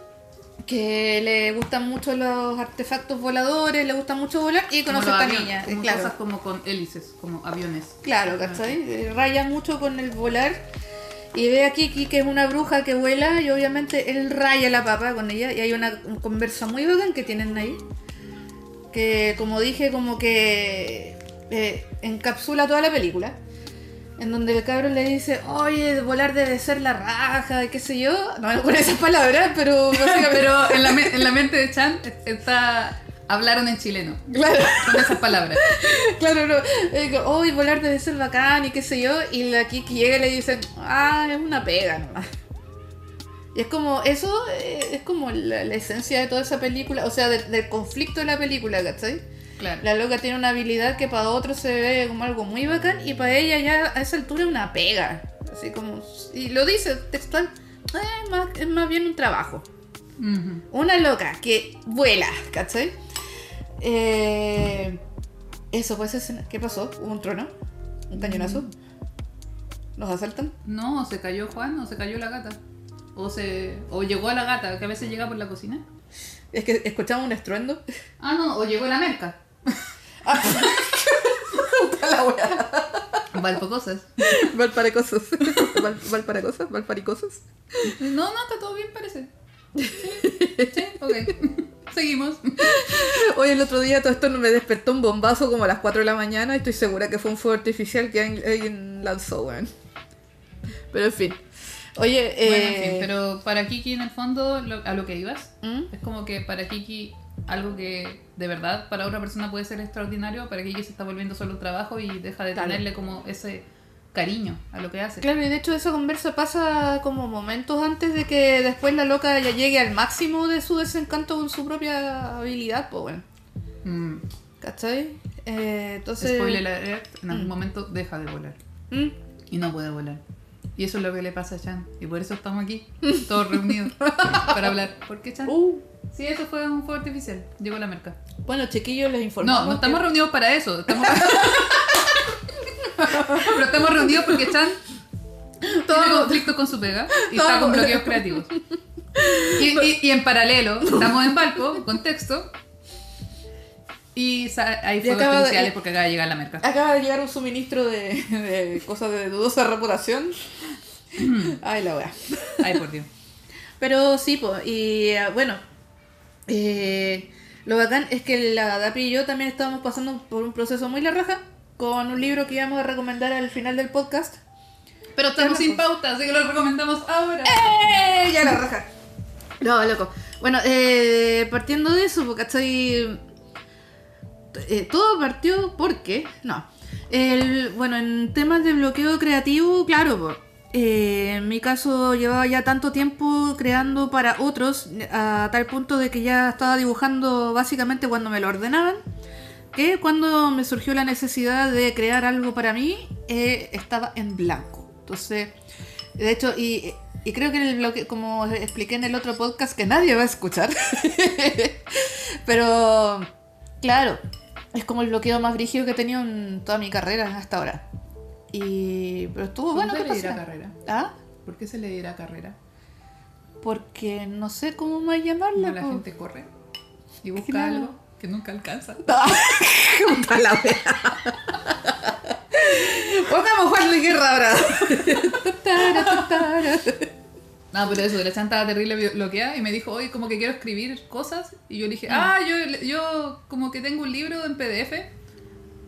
que le gustan mucho los artefactos voladores, le gusta mucho volar y
Como
conoce
los
a esta
aviones,
niña. eh,
Como
claro,
cosas como con hélices, como aviones.
claro, ¿cachai? Eh, Raya mucho con el volar. Y ve a Kiki, que es una bruja que vuela, y obviamente él raya la papa con ella. Y hay una conversa muy bacán que tienen ahí. Que, como dije, como que eh, encapsula toda la película. En donde el cabrón le dice, oye, volar debe ser la raja, y qué sé yo. No, no con esas palabras, pero básicamente.
Pero en la, me- en la mente de Chan está Hablaron en chileno.
Claro.
Con esas palabras.
Claro, no. Eh, que, "Uy, volar debe ser bacán y qué sé yo. Y la Kiki llega y le dicen, ah, es una pega nomás. Y es como, eso eh, es como la, la esencia de toda esa película, o sea, de- del conflicto de la película, ¿cachai?
Claro.
La loca tiene una habilidad que para otros se ve como algo muy bacán y para ella ya a esa altura es una pega. Así como, y lo dice textual, "Ah, es más- es más bien un trabajo.
Ujú.
Una loca que vuela, ¿cachai? Eh, eso fue esa escena. ¿Qué pasó? ¿Hubo un trono? ¿Un cañonazo? ¿Nos asaltan?
No, se cayó Juan o se cayó la gata. O se. O llegó a la gata, que a veces llega por la cocina.
Es que escuchamos un estruendo.
Ah, no, o llegó la merca.
Ah, puta la wea.
Valpocosas.
Valparacosos. Val- Valparacosas, Valparicosas.
No, no, está todo bien, parece. Sí, sí, ok. Seguimos.
Hoy el otro día todo esto me despertó un bombazo como a las 4 de la mañana y estoy segura que fue un fuego artificial que alguien- alguien lanzó, weón. Pero en fin. Oye, eh...
Bueno, en fin, pero para Kiki, en el fondo, lo- a lo que ibas,
¿Mm?
es como que para Kiki, algo que de verdad para otra persona puede ser extraordinario, para Kiki se está volviendo solo un trabajo y deja de
Claro.
tenerle como ese cariño a lo que hace.
Claro, y de hecho esa conversa pasa como momentos antes de que después la loca ya llegue al máximo de su desencanto con su propia habilidad, pues bueno.
Mm,
¿Cachai? Eh, entonces...
Spoiler alert, en algún
Mm.
momento deja de volar
Mm,
y no puede volar. Y eso es lo que le pasa a Chan. Y por eso estamos aquí, todos reunidos, para hablar. ¿Por qué Chan?
uh,
Sí, eso fue un fuego artificial. Llegó la merca.
Bueno, chiquillos, les
No,
informamos
no estamos
que-
reunidos para eso. Estamos... Pero estamos reunidos porque Chan tiene
Todo-
conflicto con su pega y
todo-
está con bloqueos creativos. Y, y- y en paralelo, estamos en Valpo, contexto. Y sa- hay
Y
fuegos
acaba de-
artificiales porque acaba de llegar la merca.
Acaba de llegar un suministro de, de cosas de dudosa reputación.
Mm.
Ay, la wea.
Ay, por Dios.
Pero sí, pues, y eh, bueno, eh, lo bacán es que la Dapi y yo también estábamos pasando por un proceso muy la raja con un libro que íbamos a recomendar al final del podcast.
Pero estamos
loco.
sin pauta, así que lo recomendamos ahora.
¡Eh! Ya la raja. No, loco. Bueno, eh, partiendo de eso, porque estoy... todo partió porque... No. El, bueno, en temas de bloqueo creativo, claro, po. Eh, en mi caso llevaba ya tanto tiempo creando para otros, a tal punto de que ya estaba dibujando básicamente cuando me lo ordenaban, que cuando me surgió la necesidad de crear algo para mí, eh, estaba en blanco. Entonces, de hecho, y, y creo que en el bloque, como expliqué en el otro podcast que nadie va a escuchar, pero claro, es como el bloqueo más brígido que he tenido en toda mi carrera hasta ahora. Y, pero estuvo bueno
¿Por
que
qué se le dirá
pasara.
carrera?
¿Ah?
¿Por qué se le dirá carrera?
Porque no sé cómo más
Como
llamarla.
la
po.
gente corre y busca
Claro.
algo que nunca alcanza.
Puta la wea. Pongamos Juan Luis Guerra ahora.
No, pero eso, la chanta estaba terrible bloqueada y me dijo, oye, como que quiero escribir cosas. Y yo le
Mm.
dije, ah, yo, yo como que tengo un libro en PDF.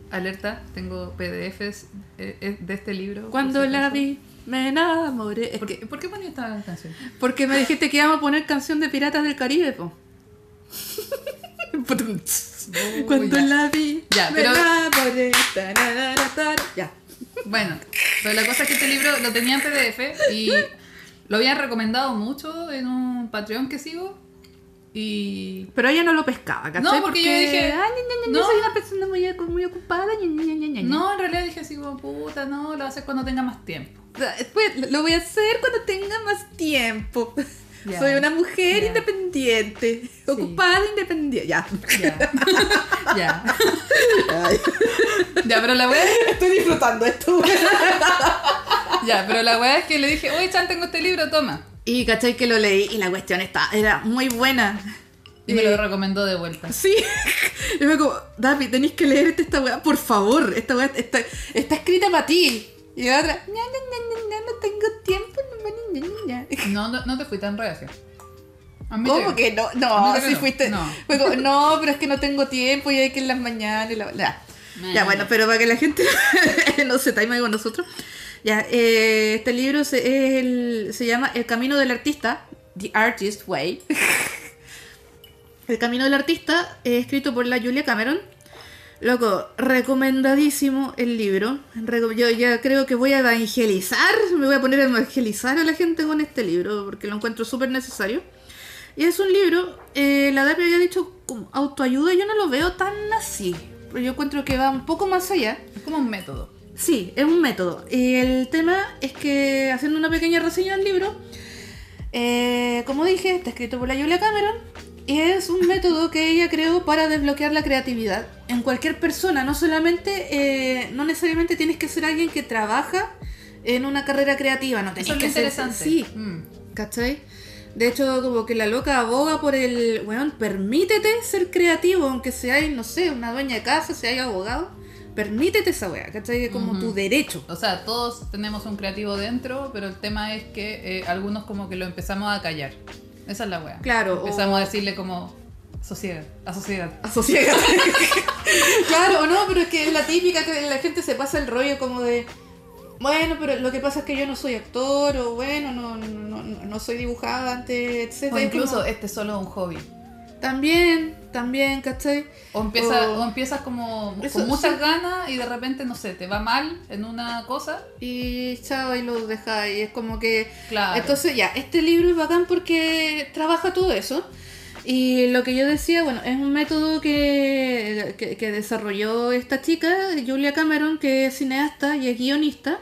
Alerta, tengo PDFs eh, eh, de este libro. por
Cuando
si
la
acaso.
vi, me enamoré. Es
¿Por,
que-
qué- ¿Por qué ponía esta canción?
porque me dijiste que íbamos a poner canción de Piratas del Caribe, po.
Oh,
Cuando
ya.
la vi,
Ya,
me
pero-
enamoré. Tararara, tar- Ya.
Bueno, pero la cosa es que este libro lo tenía en PDF y lo habían recomendado mucho en un Patreon que sigo. Y
Pero ella no lo pescaba, ¿cachai?
No, porque yo dije,
"Ay, ña, ña, ña,
no.
soy una persona muy, muy ocupada. ña, ña, ña, ña, ña".
no, en realidad dije así como, puta, no, lo voy a hacer cuando tenga más tiempo.
Después lo voy a hacer cuando tenga más tiempo.
Ya.
Soy una mujer
Ya.
independiente, ocupada, independiente. Ya.
Ya. ya. Ya, pero la wea,
Estoy disfrutando esto.
ya, pero la wea es que le dije, oye Chan, tengo este libro, toma.
Y cachai que lo leí y la cuestión está, era muy buena.
Y
Eh.
me lo recomendó de vuelta.
Sí. Y me como, David, tenéis que leerte esta weá, por favor. Esta weá está, está escrita para ti. Y la otra, no, no, no, no, no tengo tiempo. No, no, no, no, no".
No, no, no te fui tan reacia.
¿Cómo que no? No,
Admítelo,
si
no.
fuiste.
No.
fue como, no, pero es que no tengo tiempo y hay que en las mañanas y la. la-
Nah.
Ya, bueno, pero para que la gente no se taime con nosotros. Ya, eh, este libro se, es el- se llama El camino del artista, The Artist Way. El Camino del Artista, eh, escrito por la Julia Cameron. Loco, recomendadísimo el libro. Reco- Yo ya creo que voy a evangelizar, me voy a poner a evangelizar a la gente con este libro, porque lo encuentro súper necesario. Y es un libro, eh, la Dapi había dicho como autoayuda, yo no lo veo tan así, pero yo encuentro que va un poco más allá.
Es como un método.
Sí, es un método. Y el tema es que, haciendo una pequeña reseña del libro, eh, como dije, está escrito por la Julia Cameron y es un método que ella creó para desbloquear la creatividad en cualquier persona. No solamente, eh, no necesariamente tienes que ser alguien que trabaja en una carrera creativa, no tenés
Eso es lo
que ser-
interesante.
Sí,
Mm.
¿Cachai? De hecho, como que la loca aboga por el, weón, permítete ser creativo, aunque seáis, no sé, una dueña de casa, seáis abogado, permítete esa weá, ¿cachai? Es como
Ujú.
tu derecho.
O sea, todos tenemos un creativo dentro, pero el tema es que eh, algunos como que lo empezamos a callar. Esa es la wea.
Claro, o-
Empezamos a decirle como, sociedad, a sociedad.
Asociada. claro, no, pero es que es la típica que la gente se pasa el rollo como de, bueno, pero lo que pasa es que yo no soy actor, o bueno, no, no, no, no soy dibujante, etc.
O incluso, este es solo un hobby.
También, también, ¿cachai?
O, empieza,
O-
o empiezas como
Oh. Eso-
con muchas
sí.
ganas y de repente, no sé, te va mal en una cosa.
Y chao, y lo dejáis, y es como que...
Claro.
Entonces ya, este libro es bacán porque trabaja todo eso. Y lo que yo decía, bueno, es un método que, que, que desarrolló esta chica, Julia Cameron, que es cineasta y es guionista.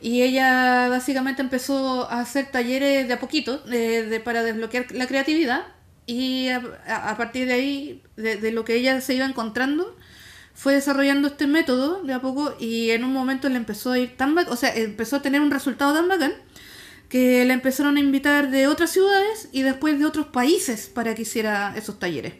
Y ella básicamente empezó a hacer talleres de a poquito eh, de- para desbloquear la creatividad. Y a, a- a partir de ahí, de, de lo que ella se iba encontrando, fue desarrollando este método de a poco y en un momento le empezó a ir tan bacán, o sea, empezó a tener un resultado tan bacán que la empezaron a invitar de otras ciudades y después de otros países para que hiciera esos talleres.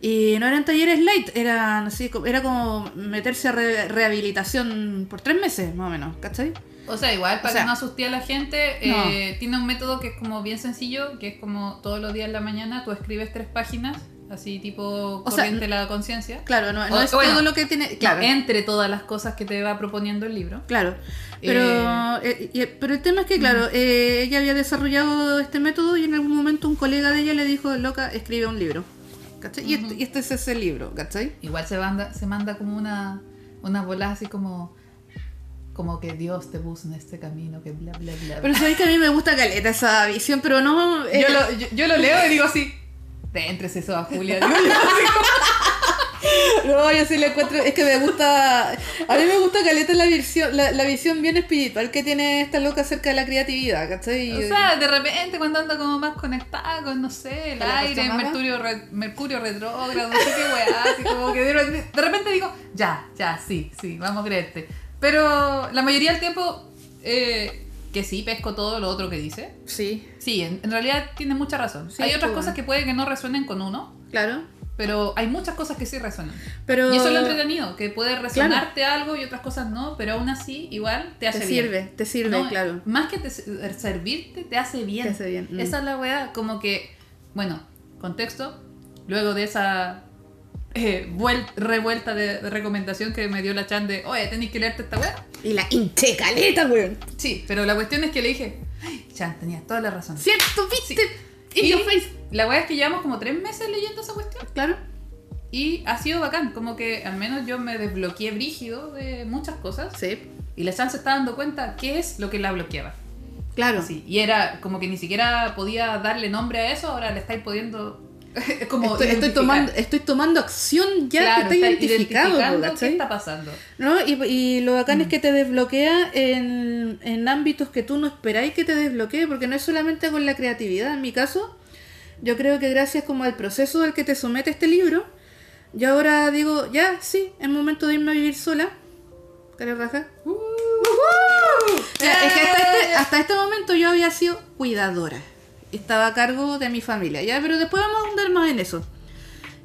Y no eran talleres light, eran así, co- era como meterse a re- rehabilitación por tres meses, más o menos, ¿cachai?
O sea, igual, para
O sea,
que no asuste a la gente,
no.
eh, tiene un método que es como bien sencillo, que es como todos los días en la mañana tú escribes tres páginas, así tipo
O sea,
corriente la conciencia.
Claro, no, no
O-
es
bueno,
todo lo que tiene... Claro,
Entre todas las cosas que te va proponiendo el libro.
claro. Pero, eh, y- pero el tema es que, claro, eh, ella había desarrollado este método y en algún momento un colega de ella le dijo, loca, escribe un libro. ¿Cachai? Y, este, y este es ese libro, ¿cachai?
Igual se manda, se manda como una, una bola así como, como que Dios te puso en este camino, que bla, bla, bla.
Pero sabéis que a mí me gusta caleta esa visión, pero no... eh,
yo, lo, yo, yo lo leo y digo así, te entres eso a Julia. digo yo.
No, yo sí le encuentro, es que me gusta, a mí me gusta Caleta la visión, la, la visión bien espiritual que tiene esta loca acerca de la creatividad, ¿cachai?
o sea, de repente cuando ando como más conectada con, no sé, el
¿Con la
aire,
Pachamama?
mercurio, re- mercurio retrógrado, no sé qué weá, así como que de, re- de repente digo, ya, ya, sí, sí, vamos a creerte. Pero la mayoría del tiempo, eh, que sí, pesco todo lo otro que dice.
sí,
Sí, en, en realidad tiene mucha razón.
Sí,
hay otras
pues.
cosas que puede que no resuenen con uno,
claro,
pero hay muchas cosas que sí resuenan.
pero
Y eso es lo entretenido, que puede resonarte algo y otras cosas no, pero aún así igual te
te
hace
sirve,
bien.
te sirve,
No,
claro.
Más que te- servirte, te hace bien.
Te hace bien, mm.
Esa es la weá, como que, bueno, contexto, luego de esa eh, vuel- revuelta de, de recomendación que me dio la Chan de, oye, tenéis que leerte esta weá.
Y la hinche caleta, weón.
Sí, pero la cuestión es que le dije, ay, Chan, tenías toda la razón.
¿Cierto? ¿Viste?
Y-
Y yo face.
La weá es que llevamos como tres meses leyendo esa cuestión
Claro.
y ha sido bacán, como que al menos yo me desbloqueé brígido de muchas cosas
Sí.
y la chance estaba dando cuenta qué es lo que la bloqueaba.
Claro.
Sí, y era como que ni siquiera podía darle nombre a eso, ahora le estáis pudiendo como
Estoy, estoy
identificar.
tomando, estoy tomando acción ya
Claro,
que está
está
identificado,
identificando
¿cachai?
qué está pasando.
¿No? Y, y lo bacán es que te desbloquea en, en ámbitos que tú no esperáis que te desbloquee, porque no es solamente con la creatividad. En mi caso, yo creo que gracias como al proceso al que te somete este libro, yo ahora digo, ya, sí, es momento de irme a vivir sola. Cara raja. Mira, es que hasta este, hasta este momento yo había sido cuidadora. Estaba a cargo de mi familia, ya, pero después vamos a ahondar más en eso.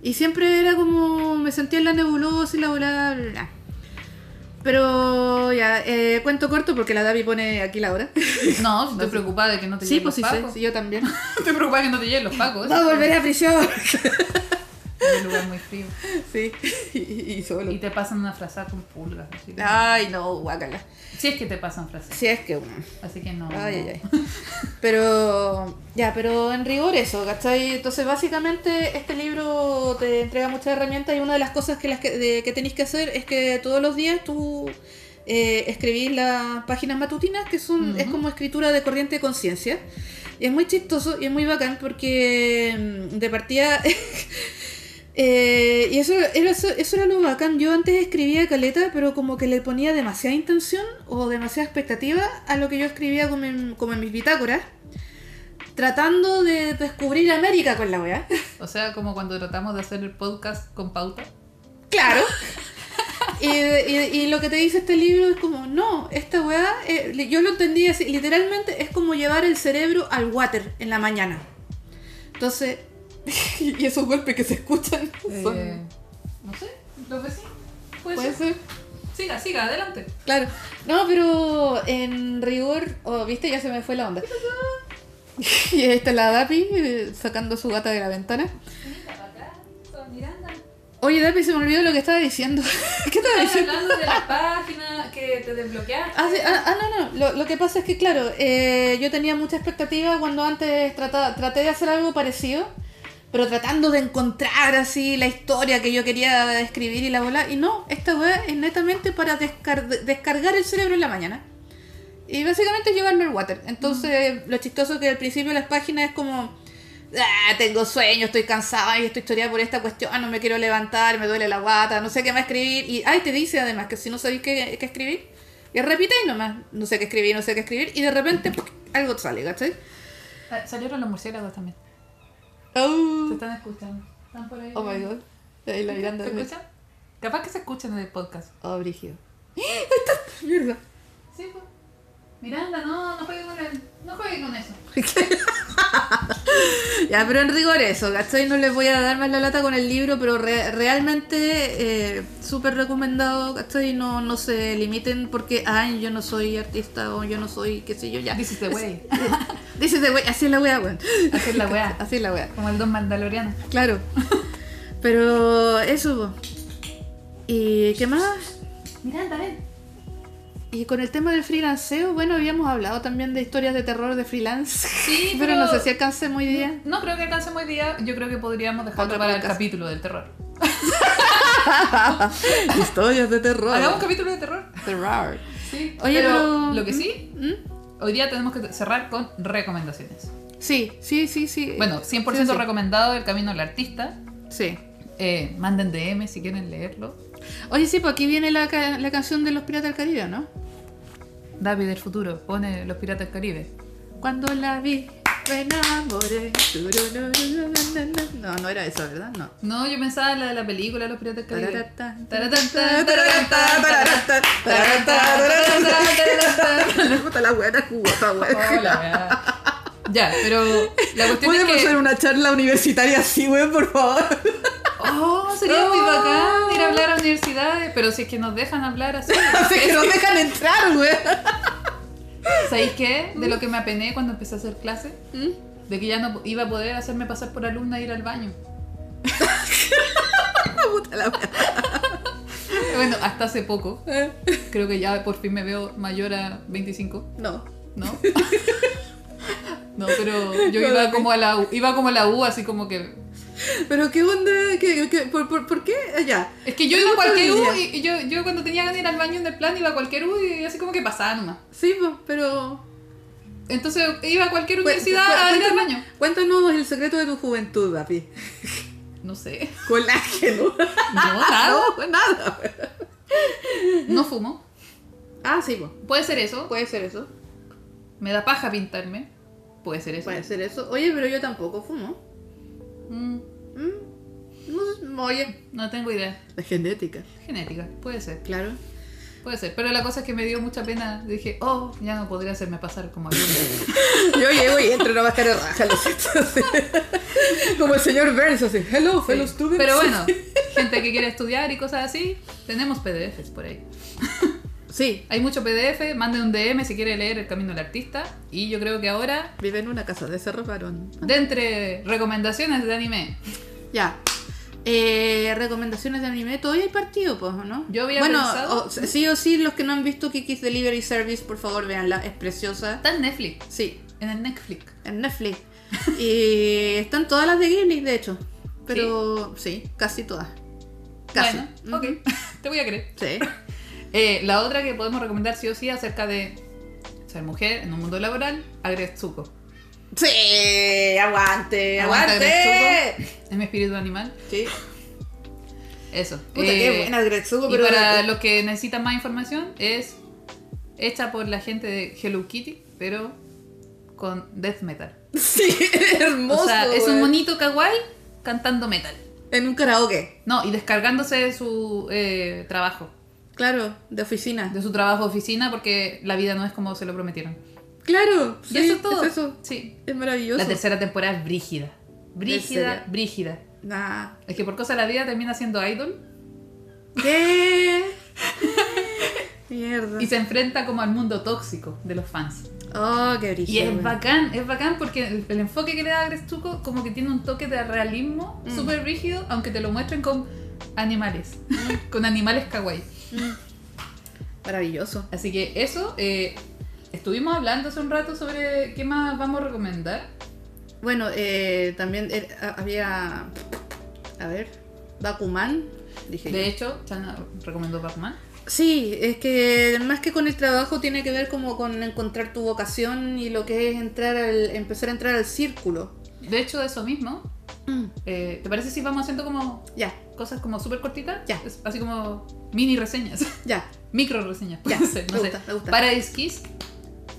Y siempre era como, me sentía en la nebulosa y la bola, bla, bla. Pero ya, eh, cuento corto porque la Davi pone aquí la hora.
No, si estoy preocupada de que no te
Sí,
lleguen
pues sí,
los
sé,
pacos.
sí, yo también.
Estoy preocupada de que no te lleguen los pacos.
¡Va a volver a prisión!
en un lugar muy frío.
Sí, y, y solo.
Y te pasan una frazada con pulgas. Así que-
Ay, no, guácala.
Si es que te pasan frases.
Si es que.
Así que no.
Ay,
no.
ay, ay. Pero, ya, pero en rigor eso, ¿cachai? Entonces, básicamente, este libro te entrega muchas herramientas y una de las cosas que, las que, de- que tenéis que hacer es que todos los días tú eh, escribís las páginas matutinas, que son es
Ujú.
como escritura de corriente de conciencia. Y es muy chistoso y es muy bacán porque mm, de partida... eh, y eso era, eso, eso era lo bacán. Yo antes escribía caleta, pero como que le ponía demasiada intención o demasiada expectativa a lo que yo escribía como en, como en mis bitácoras, tratando de descubrir América con la weá.
O sea, como cuando tratamos de hacer el podcast con pauta.
Claro. Y, y- y lo que te dice este libro es como, no, esta weá, eh, li- yo lo entendí así, literalmente es como llevar el cerebro al water en la mañana. Entonces, y esos golpes que se escuchan son-
Eh, no sé, los vecinos. Puede,
puede
ser.
ser.
Siga, siga, adelante.
Claro. No, pero en rigor, oh, viste, ya se me fue la onda. y ahí está la Dapi eh, sacando su gata de la ventana. Oye, Dapi, se me olvidó lo que estaba diciendo. ¿Qué estaba diciendo?
hablando de la página que te desbloqueaste.
Ah, sí, ah, ah, no, no. Lo, lo que pasa es que, claro, eh, yo tenía mucha expectativa cuando antes trata- traté de hacer algo parecido, pero tratando de encontrar así la historia que yo quería escribir y la bola. Y no, esta weá es netamente para descar- descargar el cerebro en la mañana. Y básicamente llevarme al water. Entonces, lo chistoso es que al principio las páginas es como. "Ah, tengo sueño, estoy cansada y estoy historiada por esta cuestión, no me quiero levantar, me duele la guata, no sé qué más escribir. Y ay, te dice además que si no sabéis qué, qué escribir, y repitéis nomás, no sé qué escribir, no sé qué escribir, y de repente ¡puc! algo sale, ¿cachai?
Ah, Salieron los murciélagos también. Te
Oh,
están escuchando. Están por ahí.
oh my god. Ahí la Miranda.
¿Se escuchan? Capaz que se escuchan en el podcast.
Oh, brígido. ¡Eh! Ahí está, mierda.
Sí, pues. Miranda, no, no juegues con, el- no juegue con eso.
Ya, pero en rigor eso, ¿cachai? No les voy a dar más la lata con el libro, pero re- realmente eh, súper recomendado, ¿cachai? No, no se limiten porque, ay, yo no soy artista o yo no soy, qué sé yo, ya.
Dices, este güey,
Dices de wey, así es la wea, weón.
hacer la weá.
Así es la wea,
Como el Don Mandaloriano.
claro. Pero eso, po. ¿y qué más?
Miranda, ven.
Y con el tema del freelanceo, bueno, habíamos hablado también de historias de terror de freelance.
Sí,
pero, no sé
pero-
si alcancé muy bien.
No creo que alcance muy día. Yo creo que podríamos dejarlo
Otro
para el
podcast.
capítulo del terror.
historias de terror.
Hagamos un capítulo de terror.
Terror.
Sí.
Oye,
pero,
pero-
lo que sí,
¿Mm?
hoy día tenemos que cerrar con recomendaciones.
Sí, sí, sí, sí.
Bueno, 100%
Sí, sí.
recomendado El Camino del Artista.
Sí.
Eh, manden DM si quieren leerlo.
Oye, sí, pues aquí viene la, ca- la canción de los Piratas del Caribe, ¿no?
David del futuro pone Los Piratas del Caribe.
Cuando la vi, me enamoré. No, no era eso, ¿verdad? No.
No, yo pensaba en la de la película Los Piratas del Caribe.
Taratán,
Taratán,
taratán, taratán, taratán, taratán, taratán. Puta, la buena cubata,
Oh, la weá. Ya, pero la cuestión es
¿Podemos
que...
hacer una charla universitaria así, weón, por favor?
Oh, sería muy
Oh.
bacán ir a hablar a universidades, pero si es que nos dejan hablar así.
Así que nos dejan entrar, weón.
¿Sabéis qué? De lo que me apené cuando empecé a hacer clase, de que ya no iba a poder hacerme pasar por alumna e ir al baño.
Puta la wea.
Bueno, hasta hace poco.
Eh,
Creo que ya por fin me veo mayor a 25,
No.
¿no? No, pero yo iba como a la U, iba como a la U, así como que
Pero qué onda, ¿Qué, qué- por, por- por qué Eh, allá?
es que yo iba a cualquier U y, y yo, yo cuando tenía ganas de ir al baño en el plan iba a cualquier U y así como que pasaba nomás.
Sí, pues, pero...
Entonces iba a cualquier
Cu-
universidad
cu-
a ir al
cuéntanos-
baño.
Cuéntanos el secreto de tu juventud, papi.
No sé.
Colágeno.
No, nada.
Ah, No, nada. weón.
No fumo.
Ah, sí, pues.
Puede ser eso.
Puede ser eso.
Me da paja pintarme. Puede ser eso.
Puede ser eso. Oye, pero yo tampoco fumo.
Mm,
Mm, No sé, oye.
no tengo idea.
La genética.
Genética. Puede ser.
Claro.
Puede ser. Pero la cosa es que me dio mucha pena. Dije, oh, ya no podría hacerme pasar como alumna.
Yo llego y entro en una máscara de raja, lo siento, así. Como el señor Burns, así. Hello, fellow
Sí.
students.
Pero bueno, gente que quiere estudiar y cosas así, tenemos PDFs por ahí.
Sí,
Hay mucho PDF. Manden un DM si quiere leer El Camino del Artista. Y yo creo que ahora,
vive en una casa de cerro varón.
de entre recomendaciones de anime.
Ya. Eh, recomendaciones de anime, todavía hay partido, pues, ¿o ¿no?
Yo había
bueno,
pensado-
o- sí o sí, los que no han visto Kiki's Delivery Service, por favor, véanla, es preciosa.
Está en Netflix.
Sí,
En el Netflix.
en Netflix. y están todas las de Ghibli, de hecho. Pero sí, casi todas. Casi.
Bueno, ok.
Ujú.
Te voy a creer.
Sí.
Eh, la otra que podemos recomendar sí o sí acerca de ser mujer en un mundo laboral, Agretsuko.
Sí, aguante,
Aguanta,
aguante.
Es mi espíritu animal.
Sí.
Eso.
Puta,
Eh,
qué buena Gretsuko,
Y
pero eh,
para los que necesitan más información, es hecha por la gente de Hello Kitty, pero con death metal.
Sí, hermoso. eh.
o sea, es
güey.
un monito kawaii cantando metal.
En un karaoke,
No, y descargándose de su eh, trabajo,
claro, de oficina.
de su trabajo de oficina, porque la vida no es como se lo prometieron.
Claro, sí,
y eso es todo.
eso.
Sí.
Es maravilloso.
La tercera temporada es brígida. Brígida,
serio?
brígida.
Nah.
Es que por cosa de la vida termina siendo idol
¿Qué? Mierda.
y se enfrenta como al mundo tóxico de los fans.
Oh, qué brillo.
Y es bacán, es bacán porque el, el enfoque que le da a Grestuco como que tiene un toque de realismo
Mm.
súper rígido, aunque te lo muestren con animales,
Mm.
con animales kawaii.
Maravilloso.
Así que eso, eh, estuvimos hablando hace un rato sobre qué más vamos a recomendar.
Bueno, eh, también eh, a- había. A ver. Bakuman. Dije.
De
yo.
hecho, Chana recomendó Batman.
Sí, es que más que con el trabajo tiene que ver como con encontrar tu vocación y lo que es entrar al, empezar a entrar al círculo.
De hecho, de eso mismo,
Mm,
eh, ¿te parece si vamos haciendo como
Ya,
cosas como súper cortitas?
Ya.
Es- Así como mini reseñas,
ya,
micro reseñas,
ya.
puede ser, no
me
sé.
gusta, me gusta.
Paradise Kiss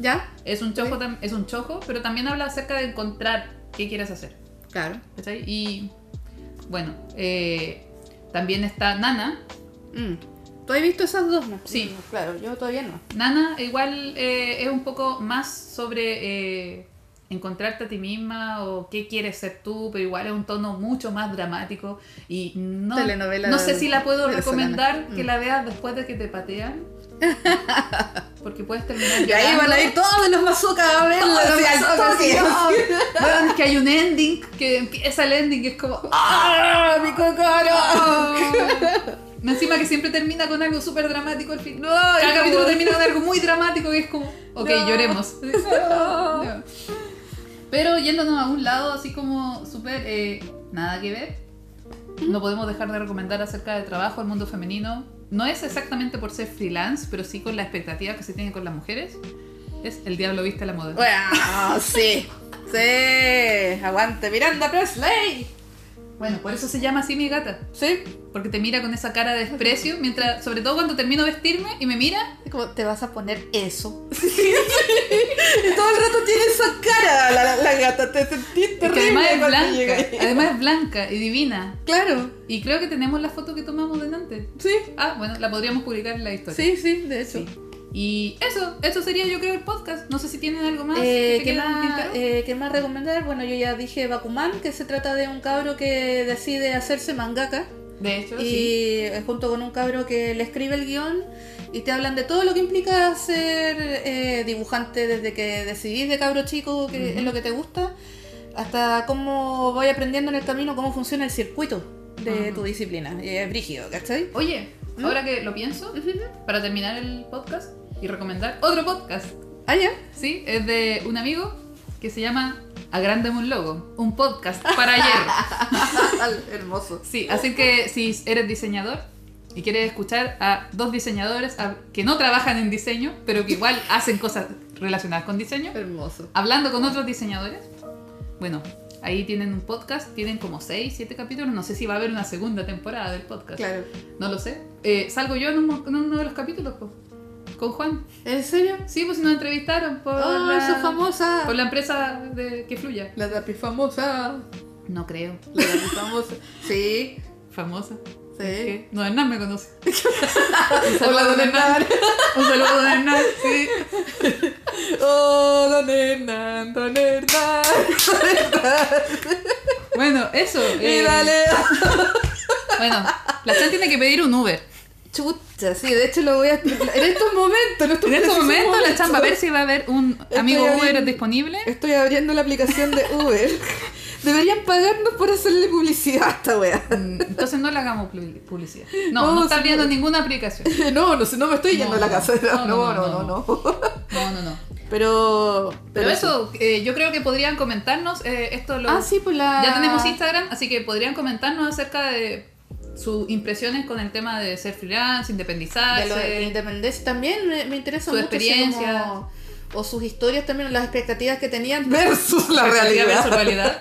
¿Ya?
Es un chojo, tam- es un chojo, pero también habla acerca de encontrar qué quieres hacer.
Claro.
¿cachai? Y bueno, eh, también está Nana.
Mm. ¿Tú has visto esas dos? No?
Sí.
Mm, claro, yo todavía no.
Nana igual eh, es un poco más sobre eh, encontrarte a ti misma o qué quieres ser tú, pero igual es un tono mucho más dramático y no,
Telenovela
no sé si la puedo
venezolana.
recomendar que
Mm.
la veas después de que te patean. Porque puedes terminar
Y ahí
llorando.
van a ir todos los mazucas a verlo.
Todos
así,
los
al
mazucas,
toque.
Weón, es que hay un ending que empieza el ending que es como "Oh".
¡Ah, mi cocoro!
encima que siempre termina con algo súper dramático al fin.
No,
Cada
es
capítulo
como-
termina con algo muy dramático que es como, ok,
No.
lloremos. No. Pero yéndonos a un lado así como súper eh, nada que ver, no podemos dejar de recomendar acerca del trabajo, el mundo femenino. No es exactamente por ser freelance, pero sí con la expectativa que se tiene con las mujeres. Es el diablo viste a la moda.
Bueno, sí. Sí. Aguante, Miranda Presley.
Bueno, por eso se llama así mi gata.
Sí.
Porque te mira con esa cara de desprecio, mientras, sobre todo cuando termino de vestirme y me mira.
Es como, ¿te vas a poner eso? y todo el rato tiene esa cara la, la- la gata. Te sentís
es que
terrible
además es
cuando llega
blanca.
ahí.
Además es blanca y divina.
Claro.
Y creo que tenemos la foto que tomamos delante.
Sí.
Ah, bueno, la podríamos publicar en la historia.
Sí, sí, de hecho.
Sí. Y eso, eso sería yo creo el podcast. No sé si tienen algo más. que
Eh,
te
¿qué,
quede en el
más,
tintero.
eh, ¿Qué más recomendar? Bueno, yo ya dije Bakuman, que se trata de un cabro que decide hacerse mangaka.
de hecho, sí.
y eh, junto con un cabro que le escribe el guión y te hablan de todo lo que implica ser eh, dibujante desde que decidís de cabro chico que
Ujú.
es lo que te gusta hasta cómo voy aprendiendo en el camino cómo funciona el circuito de
Ajá.
tu disciplina y es brígido ¿cachai?
Oye,
¿Mm?
ahora que lo pienso, para terminar el podcast y recomendar otro podcast.
ah ya
Sí, es de un amigo que se llama Agrándame un logo, un podcast para ayer.
hermoso
Sí, así que si eres diseñador y quieres escuchar a dos diseñadores a- que no trabajan en diseño, pero que igual hacen cosas relacionadas con diseño,
hermoso
hablando con otros diseñadores, bueno, ahí tienen un podcast, tienen como 6, 7 capítulos, no sé si va a haber una segunda temporada del podcast,
claro
no lo sé. Eh, salgo yo en, un- en uno de los capítulos, po, con Juan.
¿en serio?
Sí, pues nos entrevistaron por,
oh esa
la,
famosa
por la empresa de, que fluya.
la dapi famosa
No creo,
la dapi famosa sí
famosa.
sí
¿Qué? No, Hernán me conoce.
hola don Hernán
Un saludo de Hernán, sí.
Oh, don Hernán, don Hernán.
Bueno, eso.
Y
eh,
dale.
Bueno, la Chan tiene que pedir un Uber.
Chucha, sí, de hecho lo voy a. En estos momentos, en estos,
En este
precisos
momento la
momentos,
Chan va a ver si va a haber un amigo
Estoy
Uber
abriendo-
disponible.
Estoy abriendo la aplicación de Uber. Deberían pagarnos por hacerle publicidad a esta wea.
Mm, Entonces no le hagamos publi- publicidad. No, no, está abriendo ninguna aplicación.
No, no, sé, no me estoy
No,
yendo a la
no,
casa. No, no, no, no.
No, no, no.
Pero,
Pero eso, eh, yo creo que podrían comentarnos eh, esto lo...
Ah, sí, pues la.
Ya tenemos Instagram, así que podrían comentarnos acerca de sus impresiones con el tema de ser freelance,
de lo de
independizarse.
independencia también me, me interesa
Su
mucho, así
experiencia.
como- o sus historias también las expectativas que tenían versus la
Perspectiva
realidad
versus realidad.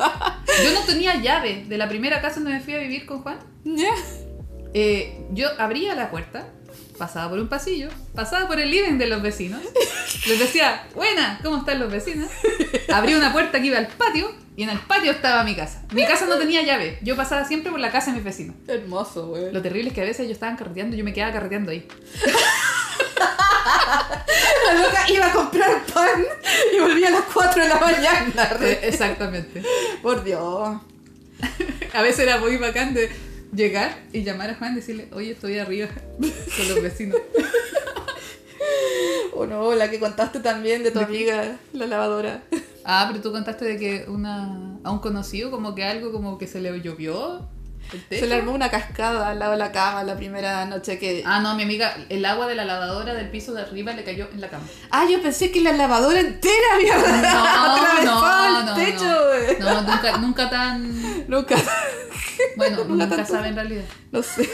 Yo no tenía llave de la primera casa donde me fui a vivir con Juan.
Ya.
Eh, yo abría la puerta, pasaba por un pasillo, pasaba por el living de los vecinos, les decía, buena, ¿cómo están los vecinos? Abrí una puerta que iba al patio y en el patio estaba mi casa. Mi casa no tenía llave, yo pasaba siempre por la casa de mis vecinos.
hermoso güey
Lo terrible es que a veces yo estaba carreteando y yo me quedaba carreteando ahí.
la loca iba a comprar pan y volvía a las 4 de la mañana
Eh,
re-
Exactamente.
por Dios
A veces era muy bacán de llegar y llamar a Juan y decirle, oye, estoy arriba con los vecinos.
o Oh, no la que contaste también de tu amiga la lavadora
Ah, pero tú contaste de que una, a un conocido como que algo como que se le llovió. el
se
techo.
le armó una cascada al lado de la cama la primera noche que ah,
Ah, no, mi amiga, el agua de la lavadora del piso de arriba le cayó en la cama.
Ah, yo pensé que la lavadora entera había atravesado el techo güey.
no, nunca, nunca tan...
Nunca,
Bueno,
Nunca
nunca,
tan-
sabe en realidad.
no sé.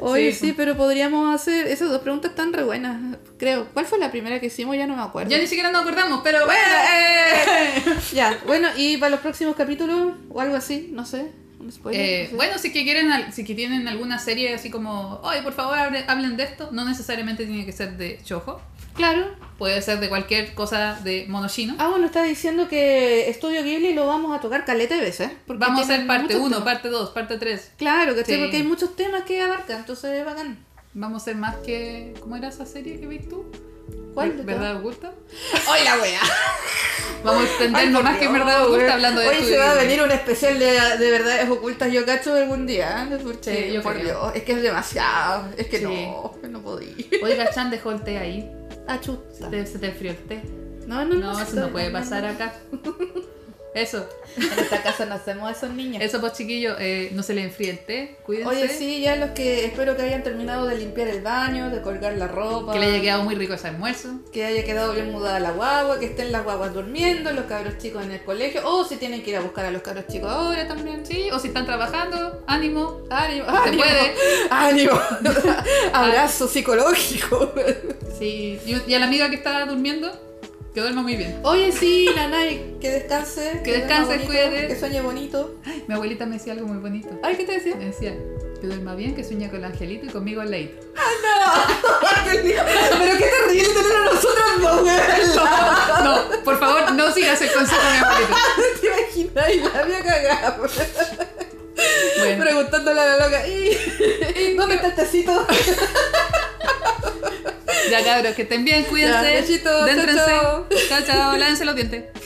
Oye, sí.
Sí.
pero podríamos hacer esas dos preguntas tan re buenas, creo. ¿Cuál fue la primera que hicimos? Ya no me acuerdo.
Ya ni siquiera nos acordamos, pero bueno,
Bueno,
eh.
Ya, bueno, y para los próximos capítulos o algo así, no sé. Un spoiler.
Eh,
no sé.
bueno, si que quieren, al- si que tienen alguna serie así como, oye, por favor, hable- hablen de esto, no necesariamente tiene que ser de Chojo,
Claro.
puede ser de cualquier cosa de Monoshino.
Ah, bueno, está diciendo que Estudio Ghibli lo vamos a tocar caleta de veces. ¿eh? porque
Vamos a
tienen
hacer parte
muchos
1,
temas.
parte 2, parte 3.
Claro, ¿cachai?
Sí.
Porque hay muchos temas que abarcan, entonces es bacán.
Vamos a hacer más que. ¿Cómo era esa serie que viste tú?
¿Cuál?
Ver-
de
¿Verdad oculta?
todas? ¡Hoy la wea!
Vamos a extendernos más que en verdad oculta hablando de
Hoy
esto
se
y-
va a venir un especial de, de verdades ocultas, yo cacho, algún día. ¿eh? Porque,
Sí, yo
por
creo.
Dios, es que es demasiado. Es que
Sí.
no, no podí.
Oiga, Chan dejó el té ahí.
Ah, chuta.
Te- se te enfrió el té.
No, no,
No,
no.
eso
estoy-
no puede pasar acá. Eso,
En esta casa no hacemos esos niños.
eso pues chiquillos, eh, no se le enfríe el té, cuídense.
Oye, sí, ya los que espero que hayan terminado de limpiar el baño, de colgar la ropa,
Que le haya quedado muy rico ese almuerzo.
que haya quedado bien mudada la guagua, que estén las guaguas durmiendo, los cabros chicos en el colegio, o si tienen que ir a buscar a los cabros chicos ahora también.
Sí, o si están trabajando, ánimo.
Ánimo,
Se
ánimo,
puede.
ánimo. Abrazo psicológico.
Sí. Y, y a la amiga que está durmiendo, que duerma muy bien.
Oye, sí, Nanay, que descanse.
Que
duerma
descanse,
bonito,
cuídate.
Que sueñe bonito.
Mi abuelita me decía algo muy bonito.
Ay, ¿qué te decía?
Me decía, que duerma bien, que sueña con el angelito y conmigo late.
Pero qué terrible tener a nosotros dos, weón.
No, por favor, no sigas el consejo de mi abuelita.
¿Te imaginas? Y la había cagado.
Bueno,
Preguntándole a la loca, "Y, ¿dónde está el tecito?
ya cabros, que estén bien, cuídense.
Ya, besitos, chao,
déntrense.
chao.
Chao, chao, lávense los dientes.